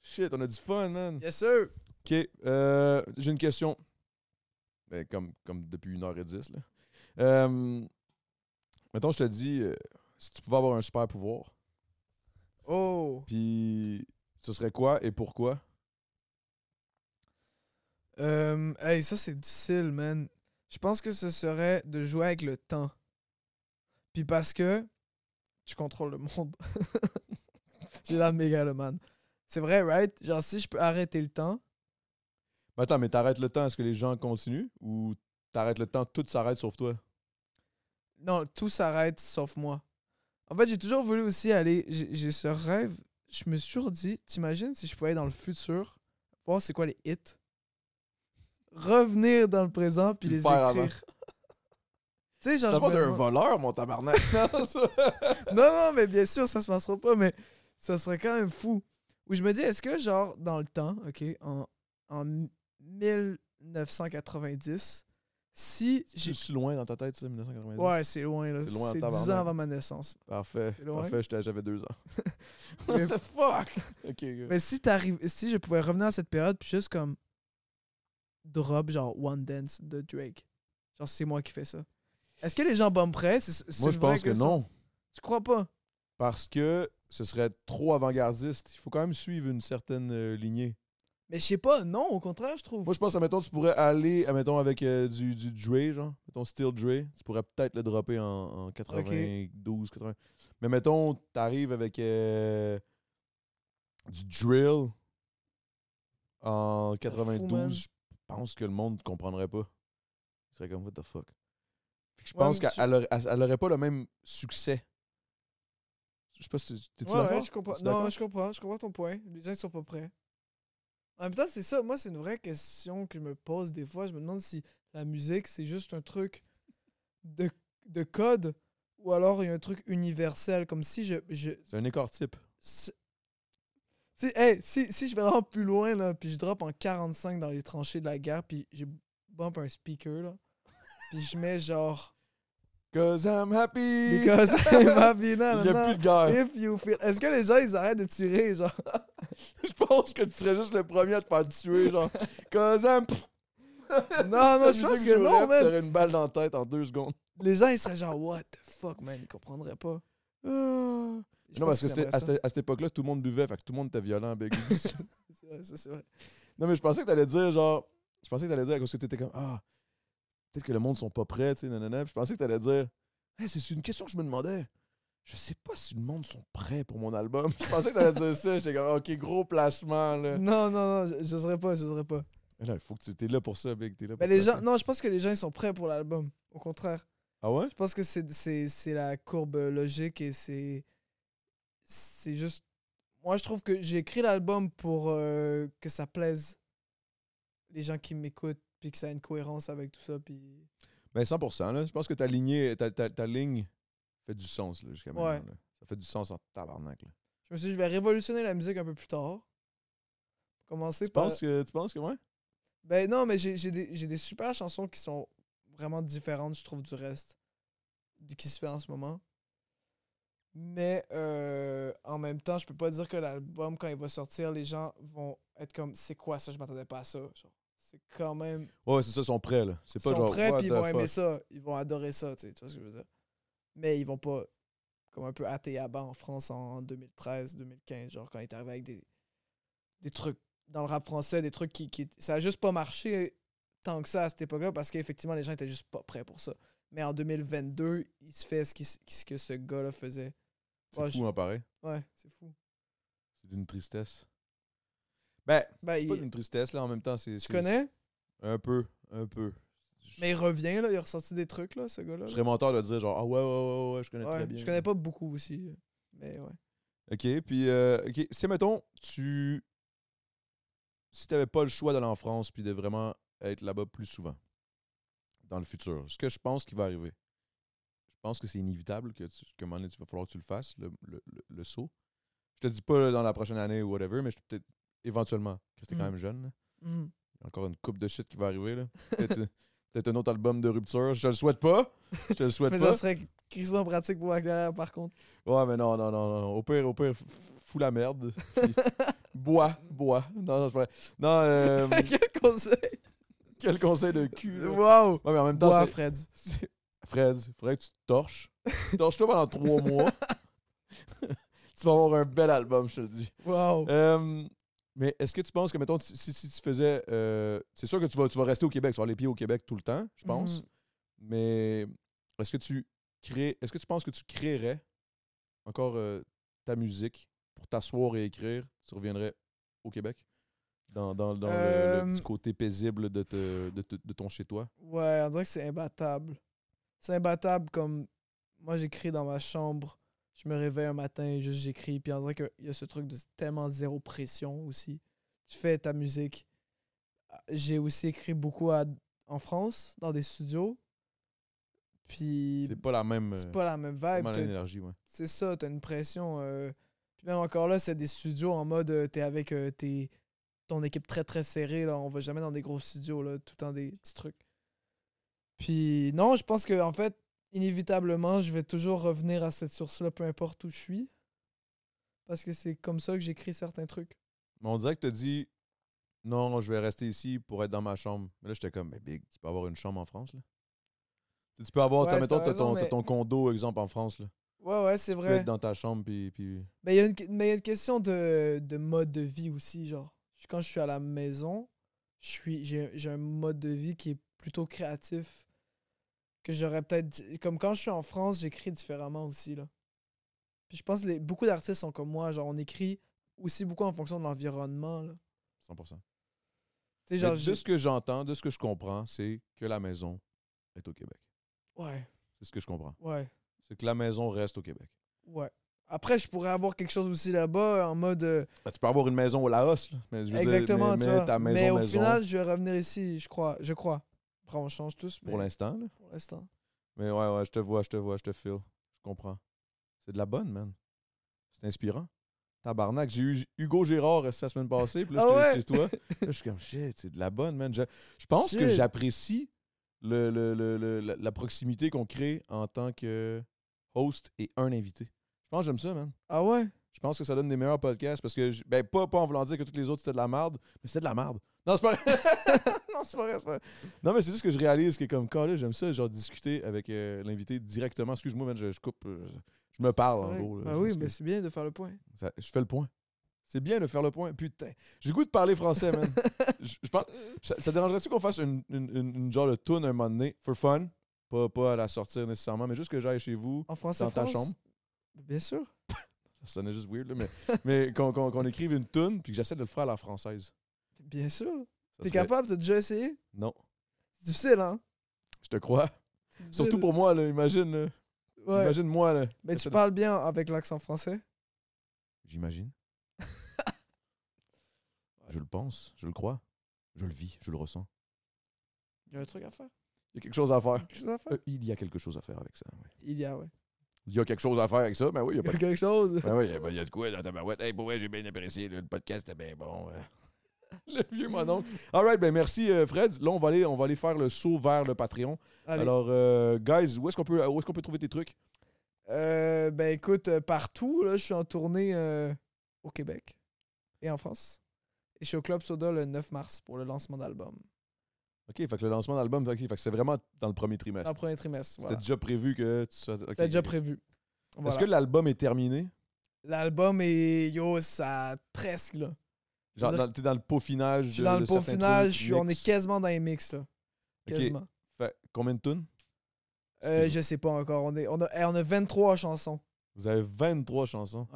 Shit, on a du fun, man.
Yes, sir.
Ok, euh, j'ai une question. Ben, comme, comme depuis 1h10. Là. Euh, mettons, je te dis, euh, si tu pouvais avoir un super pouvoir,
Oh!
puis ce serait quoi et pourquoi?
Euh, hey, ça c'est difficile, man. Je pense que ce serait de jouer avec le temps. Puis parce que tu contrôles le monde. J'ai la mégalomane. C'est vrai, right? Genre, si je peux arrêter le temps,
Mais attends, mais t'arrêtes le temps, est-ce que les gens continuent ou t'arrêtes le temps, tout s'arrête sauf toi?
Non, tout s'arrête sauf moi. En fait, j'ai toujours voulu aussi aller. J'ai j'ai ce rêve. Je me suis toujours dit, t'imagines si je pouvais aller dans le futur, voir c'est quoi les hits, revenir dans le présent puis
Puis le
les
faire
écrire.
avant.
tu sais, genre.
T'as
je
pas
me
d'un
demande-
voleur, mon tabarnak! non, ça-
Non, non, mais bien sûr, ça se passera pas, mais ça serait quand même fou. Où je me dis, est-ce que, genre, dans le temps, OK, en, en 1990, si j'ai.
J'ai si loin dans ta tête, ça, 1990.
Ouais, c'est loin, là.
C'est loin en
C'est 10
tabarnak.
ans avant ma naissance.
Parfait.
C'est loin.
Parfait, j'étais- j'avais deux ans.
Mais
fuck? Ok,
Mais si t'arrives, si je pouvais revenir à cette période puis juste comme drop genre One Dance de Drake, genre c'est moi qui fais ça. Est-ce que les gens bomberaient C'est- c'est
Moi, je
une vraie
pense que
question.
non.
Tu crois pas
Parce que ce serait trop avant-gardiste. Il faut quand même suivre une certaine euh, lignée.
Mais je sais pas, non, au contraire, je trouve.
Moi, je pense, admettons, tu pourrais aller, admettons, avec euh, du, du Dre, genre, mettons, Steel Dre, tu pourrais peut-être le dropper en, en 92, 80. Mais mettons, t'arrives avec euh, du drill en 92, je pense que le monde comprendrait pas. Il serait comme, what the fuck. Fait que je
Ouais,
pense
mais tu-
qu'elle aurait- elle- elle aurait pas le même succès. Je sais pas si t'es-tu
Ouais, ouais,
d'accord?
je comprends.
T'es-tu d'accord?
Non, je comprends, je comprends ton point. Les gens ils sont pas prêts. En même temps, c'est ça. Moi, c'est une vraie question que je me pose des fois. Je me demande si la musique c'est juste un truc de, de code ou alors il y a un truc universel comme si je- je
C'est un écart type.
Si, si, hey, si, si je vais vraiment plus loin, là, puis je drop en 45 dans les tranchées de la guerre, puis je bump un speaker, là, puis je mets genre...
Cause I'm happy!
Because I'm happy now,
Il y a
now,
plus de guerre.
if you feel... Est-ce que les gens, ils arrêtent de tirer, genre?
Je pense que tu serais juste le premier à te faire tuer, genre. Cause I'm.
Non, non, je pense que non, man.
T'aurais une balle dans la tête en deux secondes.
Les gens, ils seraient genre, what the fuck, man, ils comprendraient pas.
Ah. non,
Je pense
parce que
qu'ils
c'était-
aimeraient
à,
ça.
cette- à cette époque-là, tout le monde buvait, fait que tout le monde était violent, Big Goose.
C'est vrai, ça, c'est vrai.
non, mais je pensais que t'allais dire, genre. Je pensais que t'allais dire, parce que t'étais comme, ah, peut-être que le monde sont pas prêts, tu sais, nanana. Puis je pensais que t'allais dire, Hey, c'est une question que je me demandais. Je sais pas si le monde sont prêts pour mon album. Je pensais que t'allais dire ça. J'étais comme, ok, gros placement, là.
Non, non, non, je, je serais pas, je serais pas.
Mais là, il faut que tu t'es là pour ça, Big. T'es là pour
Mais les
placer.
gens... Non, je pense que les gens, ils sont prêts pour l'album. Au contraire.
Ah ouais?
Je pense que c'est- c'est c'est la courbe logique et c'est. C'est juste. Moi, je trouve que j'ai écrit l'album pour euh, que ça plaise les gens qui m'écoutent, puis que ça ait une cohérence avec tout ça. Puis...
Ben 100 là. Je pense que ta lignée, ta, ta, ta ligne fait du sens là, jusqu'à maintenant.
Ouais.
là. Ça fait du sens en tabarnak. Là.
Je me suis dit, je vais révolutionner la musique un peu plus tard. Commencer
Tu,
par.
penses que, tu penses que ouais?
Ben non, mais j'ai j'ai des, j'ai des super chansons qui sont vraiment différentes, je trouve, du reste de qui se fait en ce moment. Mais euh, en même temps, je peux pas dire que l'album, quand il va sortir, les gens vont être comme c'est quoi ça, je m'attendais pas à ça. Genre, C'est quand même.
Ouais, ouais, c'est ça, ils sont prêts là. C'est
Ils
pas
sont
genre.
prêts
what
puis ils
the
vont
fuck.
aimer ça. Ils vont adorer ça, tu sais, tu vois ce que je veux dire. Mais ils vont pas comme un peu athée à bas en France en 2013-2015, genre quand il est arrivé avec des, des trucs dans le rap français, des trucs qui, qui. Ça a juste pas marché tant que ça à cette époque-là parce qu'effectivement les gens étaient juste pas prêts pour ça. Mais en 2022, il se fait ce, qu'il- ce que ce gars-là faisait.
C'est
Ouais,
fou,
je-
hein, pareil.
Ouais, c'est fou.
C'est d'une tristesse. Ben,
Ben,
c'est pas
il-
d'une tristesse là en même temps. C'est,
tu
c'est-
connais
Un peu, un peu. Je-
Mais il revient, là, il a ressorti des trucs, là, ce gars-là.
Je
là.
serais menteur de dire genre, ah ouais, ouais, ouais, ouais, ouais, je connais
Euh. Ouais,
très bien.
je connais pas beaucoup aussi. Mais ouais.
OK, puis euh, OK, si mettons tu si tu pas le choix d'aller en France puis de vraiment être là-bas plus souvent dans le futur, ce que je pense qui va arriver. Je pense que c'est inévitable que tu que un moment donné, tu va falloir que tu le fasses le, le- le- le saut. Je te dis pas là, dans la prochaine année ou whatever, mais je- peut-être éventuellement, parce que t'es quand
Mhm.
même jeune. là.
Mhm.
Il y a Encore une coupe de shit qui va arriver là. Peut-être euh, peut-être un autre album de rupture, je te le souhaite pas. Je te le souhaite
Mais
pas.
ça serait crissement pratique pour ma carrière, par contre.
Ouais, mais non, non, non, non. Au pire, au pire, f- fous la merde. Puis bois, bois. Non, non, c'est pas vrai. Non, euh,
Quel conseil
Quel conseil de cul. là.
Wow!
Ouais, mais en même temps,
Bois,
c'est-
Fred.
c'est- Fred, il faudrait que tu te torches. Torche-toi pendant trois mois. tu vas avoir un bel album, je te le dis.
Wow!
Euh, mais est-ce que tu penses que, mettons, si, si- si tu faisais. euh, c'est sûr que tu vas, tu vas rester au Québec, tu vas avoir les pieds au Québec tout le temps, je pense.
Mhm.
Mais est-ce que tu crées. Est-ce que tu penses que tu créerais encore euh, ta musique pour t'asseoir et écrire Tu reviendrais au Québec Dans, dans- dans le- le,
Euh,
petit côté paisible de, te- de te- de ton chez-toi
Ouais, on dirait que c'est imbattable. C'est imbattable comme moi j'écris dans ma chambre, je me réveille un matin et juste j'écris. Puis on dirait qu'il y a ce truc de tellement zéro pression aussi. Tu fais ta musique. J'ai aussi écrit beaucoup à- en France, dans des studios. Puis
C'est pas la même.
c'est
euh,
pas la même vibe.
vraiment
T'as-
l'énergie, ouais.
c'est ça, t'as une pression. euh, Puis même encore là, c'est des studios en mode euh, t'es avec euh, tes- ton équipe très très serrée. Là. On va jamais dans des gros studios, là, tout le temps des petits trucs. Puis non, je pense que en fait, inévitablement, je vais toujours revenir à cette source-là, peu importe où je suis. Parce que c'est comme ça que j'écris certains trucs.
Mais on dirait que t'as dit non, je vais rester ici pour être dans ma chambre. Mais là, j'étais comme, mais Big, tu peux avoir une chambre en France, là. Tu sais, tu peux avoir, t'as-
Ouais,
mettons,
t'as
t'as ton,
raison,
t'as
mais-
ton condo, exemple, en France, là.
Ouais, ouais, c'est
Tu peux
vrai.
être dans ta chambre, puis. puis...
Mais il y, a une que- mais il y a une question de, de mode de vie aussi, genre. Je- Quand je suis à la maison, je suis- j'ai j'ai un mode de vie qui est plutôt créatif. Que j'aurais peut-être. di- Comme quand je suis en France, j'écris différemment aussi, là. Puis je pense que les- beaucoup d'artistes sont comme moi, genre on écrit aussi beaucoup en fonction de l'environnement, là.
100%.
Tu sais,
Mais
genre.
de
j'ai-
ce que j'entends, de ce que je comprends, c'est que la maison est au Québec.
Ouais,
C'est ce que je comprends.
ouais,
C'est que la maison reste au Québec.
ouais. Après, je pourrais avoir quelque chose aussi là-bas en mode. euh,
Ben, tu peux avoir une maison au Laos, là. mais je veux dire,
Exactement,
mais-
tu
mais
vois.
ta maison,
mais au
maison,
final, je vais revenir ici, je crois. Je crois. Après, on change tous.
pour
mais
l'instant, là.
pour l'instant.
Mais ouais, ouais, je te vois, je te vois, je te feel. Je comprends. C'est de la bonne, man. C'est inspirant. Tabarnak, j'ai eu G- Hugo Gérard euh, la semaine passée, puis là,
Ah
j'étais-
ouais?
j'étais toi. Là, je suis comme, shit, c'est de la bonne, man. Je, je pense que
Shit.
j'apprécie le, le- le- le- la, la proximité qu'on crée en tant que host et un invité. Je pense que j'aime ça, man.
Ah ouais?
Je pense que ça donne des meilleurs podcasts parce que, je- ben, pas, pas en voulant dire que toutes les autres c'était de la merde, mais c'était de la merde. Non, c'est pas vrai. non, c'est pas vrai, c'est pas vrai. Non, mais c'est juste que je réalise que, comme quand là, j'aime ça, genre discuter avec euh, l'invité directement. Excuse-moi, man, je, je coupe. euh, je me parle, en
Ouais.
gros. là.
Ben
Je
oui,
m'excuse.
mais c'est bien de faire le point.
Ça- je fais le point. C'est bien de faire le point. Putain, j'ai le goût de parler français, man. je, je pense, ça, ça dérangerait-tu qu'on fasse une, une- une- une genre de tune un moment donné, for fun? Pas, pas à la sortir nécessairement, mais juste que j'aille chez vous.
En France,
Dans
en
ta
France?
chambre?
Bien sûr.
Ça sonnait juste weird, là, mais, mais qu'on qu'on- qu'on écrive une tune puis que j'essaie de le faire à la française.
Bien sûr.
Ça
T'es
serait-
capable? T'as déjà essayé?
Non,
C'est difficile, hein?
je te crois.
C'est difficile.
Surtout pour moi, là, imagine. là.
Ouais.
Imagine moi, là.
Mais
Essaie
tu
de-
parles bien avec l'accent français?
J'imagine. je le pense, je le crois, je le vis, je le ressens.
Il y a un truc à faire.
Il y a quelque chose à faire.
Quelque chose à faire?
Euh, il y a quelque chose à faire avec ça. oui.
Il y a, ouais.
Il y a quelque chose à faire avec ça, ben oui, il y a
Il y
pas
a quelque chose.
Ben oui, il y a- ben, il y, a de quoi dans ta barouette. Hey, pour vrai, j'ai bien apprécié. là, le podcast était bien bon. hein. le vieux mononcle. All right, ben merci euh, Fred. Là, on va, aller, on va aller faire le saut vers le Patreon.
Allez.
Alors, euh, guys, où est-ce qu'on peut, où est-ce qu'on peut trouver tes trucs?
Euh, ben écoute, euh, partout, là, je suis en tournée euh, au Québec et en France. Et je suis au Club Soda le 9 mars pour le lancement d'album.
OK, fait que le lancement d'album, OK, fait que c'est vraiment dans le premier
Dans
trimestre.
le premier trimestre.
C'était
Voilà.
déjà prévu que tu sois.
C'était déjà prévu. Voilà.
Est-ce que l'album est terminé?
L'album est yo, ça presque là.
Genre,
Je veux dire-
dans- t'es dans le peaufinage.
Je suis
de-
dans
de
le pot
certains
final,
trucs,
je suis, on est
mix.
quasiment dans les mix là.
Ok.
Quasiment.
Fait- combien de tunes?
Euh, je sais pas encore. On, est, on, a, eh, on a 23 chansons.
Vous avez 23 chansons.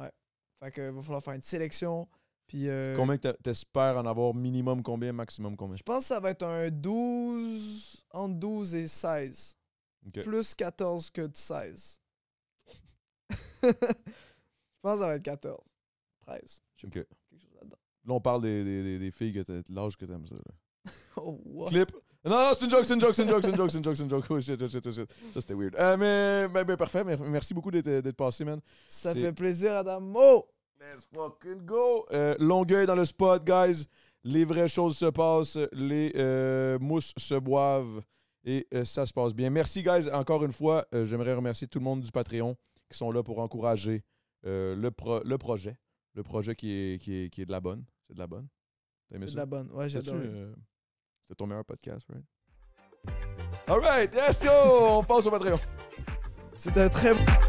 Fait que va falloir faire une sélection. Puis euh,
Combien que t'a- t'espères en avoir minimum combien, maximum combien?
je pense que ça va être un 12 entre 12 et 16.
Ok.
Plus 14 que de 16. je pense que ça va être 14. 13. Je sais
Ok.
pas, quelque chose là-dedans.
Là, on parle des, des, des- des filles que t'as- l'âge que t'aimes ça. là.
Oh, wow.
Clip. Non, non, c'est une joke, c'est une joke, c'est une joke, c'est une joke, c'est une joke, c'est une joke. Oh shit, oh shit, oh shit. Ça, c'était weird. Euh, mais, mais, mais parfait. Mer- Merci beaucoup d'être d'être passé, man.
Ça
C'est-
fait plaisir, Adamo!
Let's fucking go! Euh, Longueuil dans le spot, guys. Les vraies choses se passent, les euh, mousses se boivent et euh, ça se passe bien. Merci, guys. Encore une fois, euh, j'aimerais remercier tout le monde du Patreon qui sont là pour encourager euh, le, pro- le projet. Le projet qui est, qui est, qui est de la bonne. C'est de la bonne. T'as aimé
C'est
ça?
de la bonne. Ouais,
T'as-tu,
j'adore.
euh, C'était ton meilleur podcast, right? All right, yes, yo! On passe au Patreon.
C'est un très bon.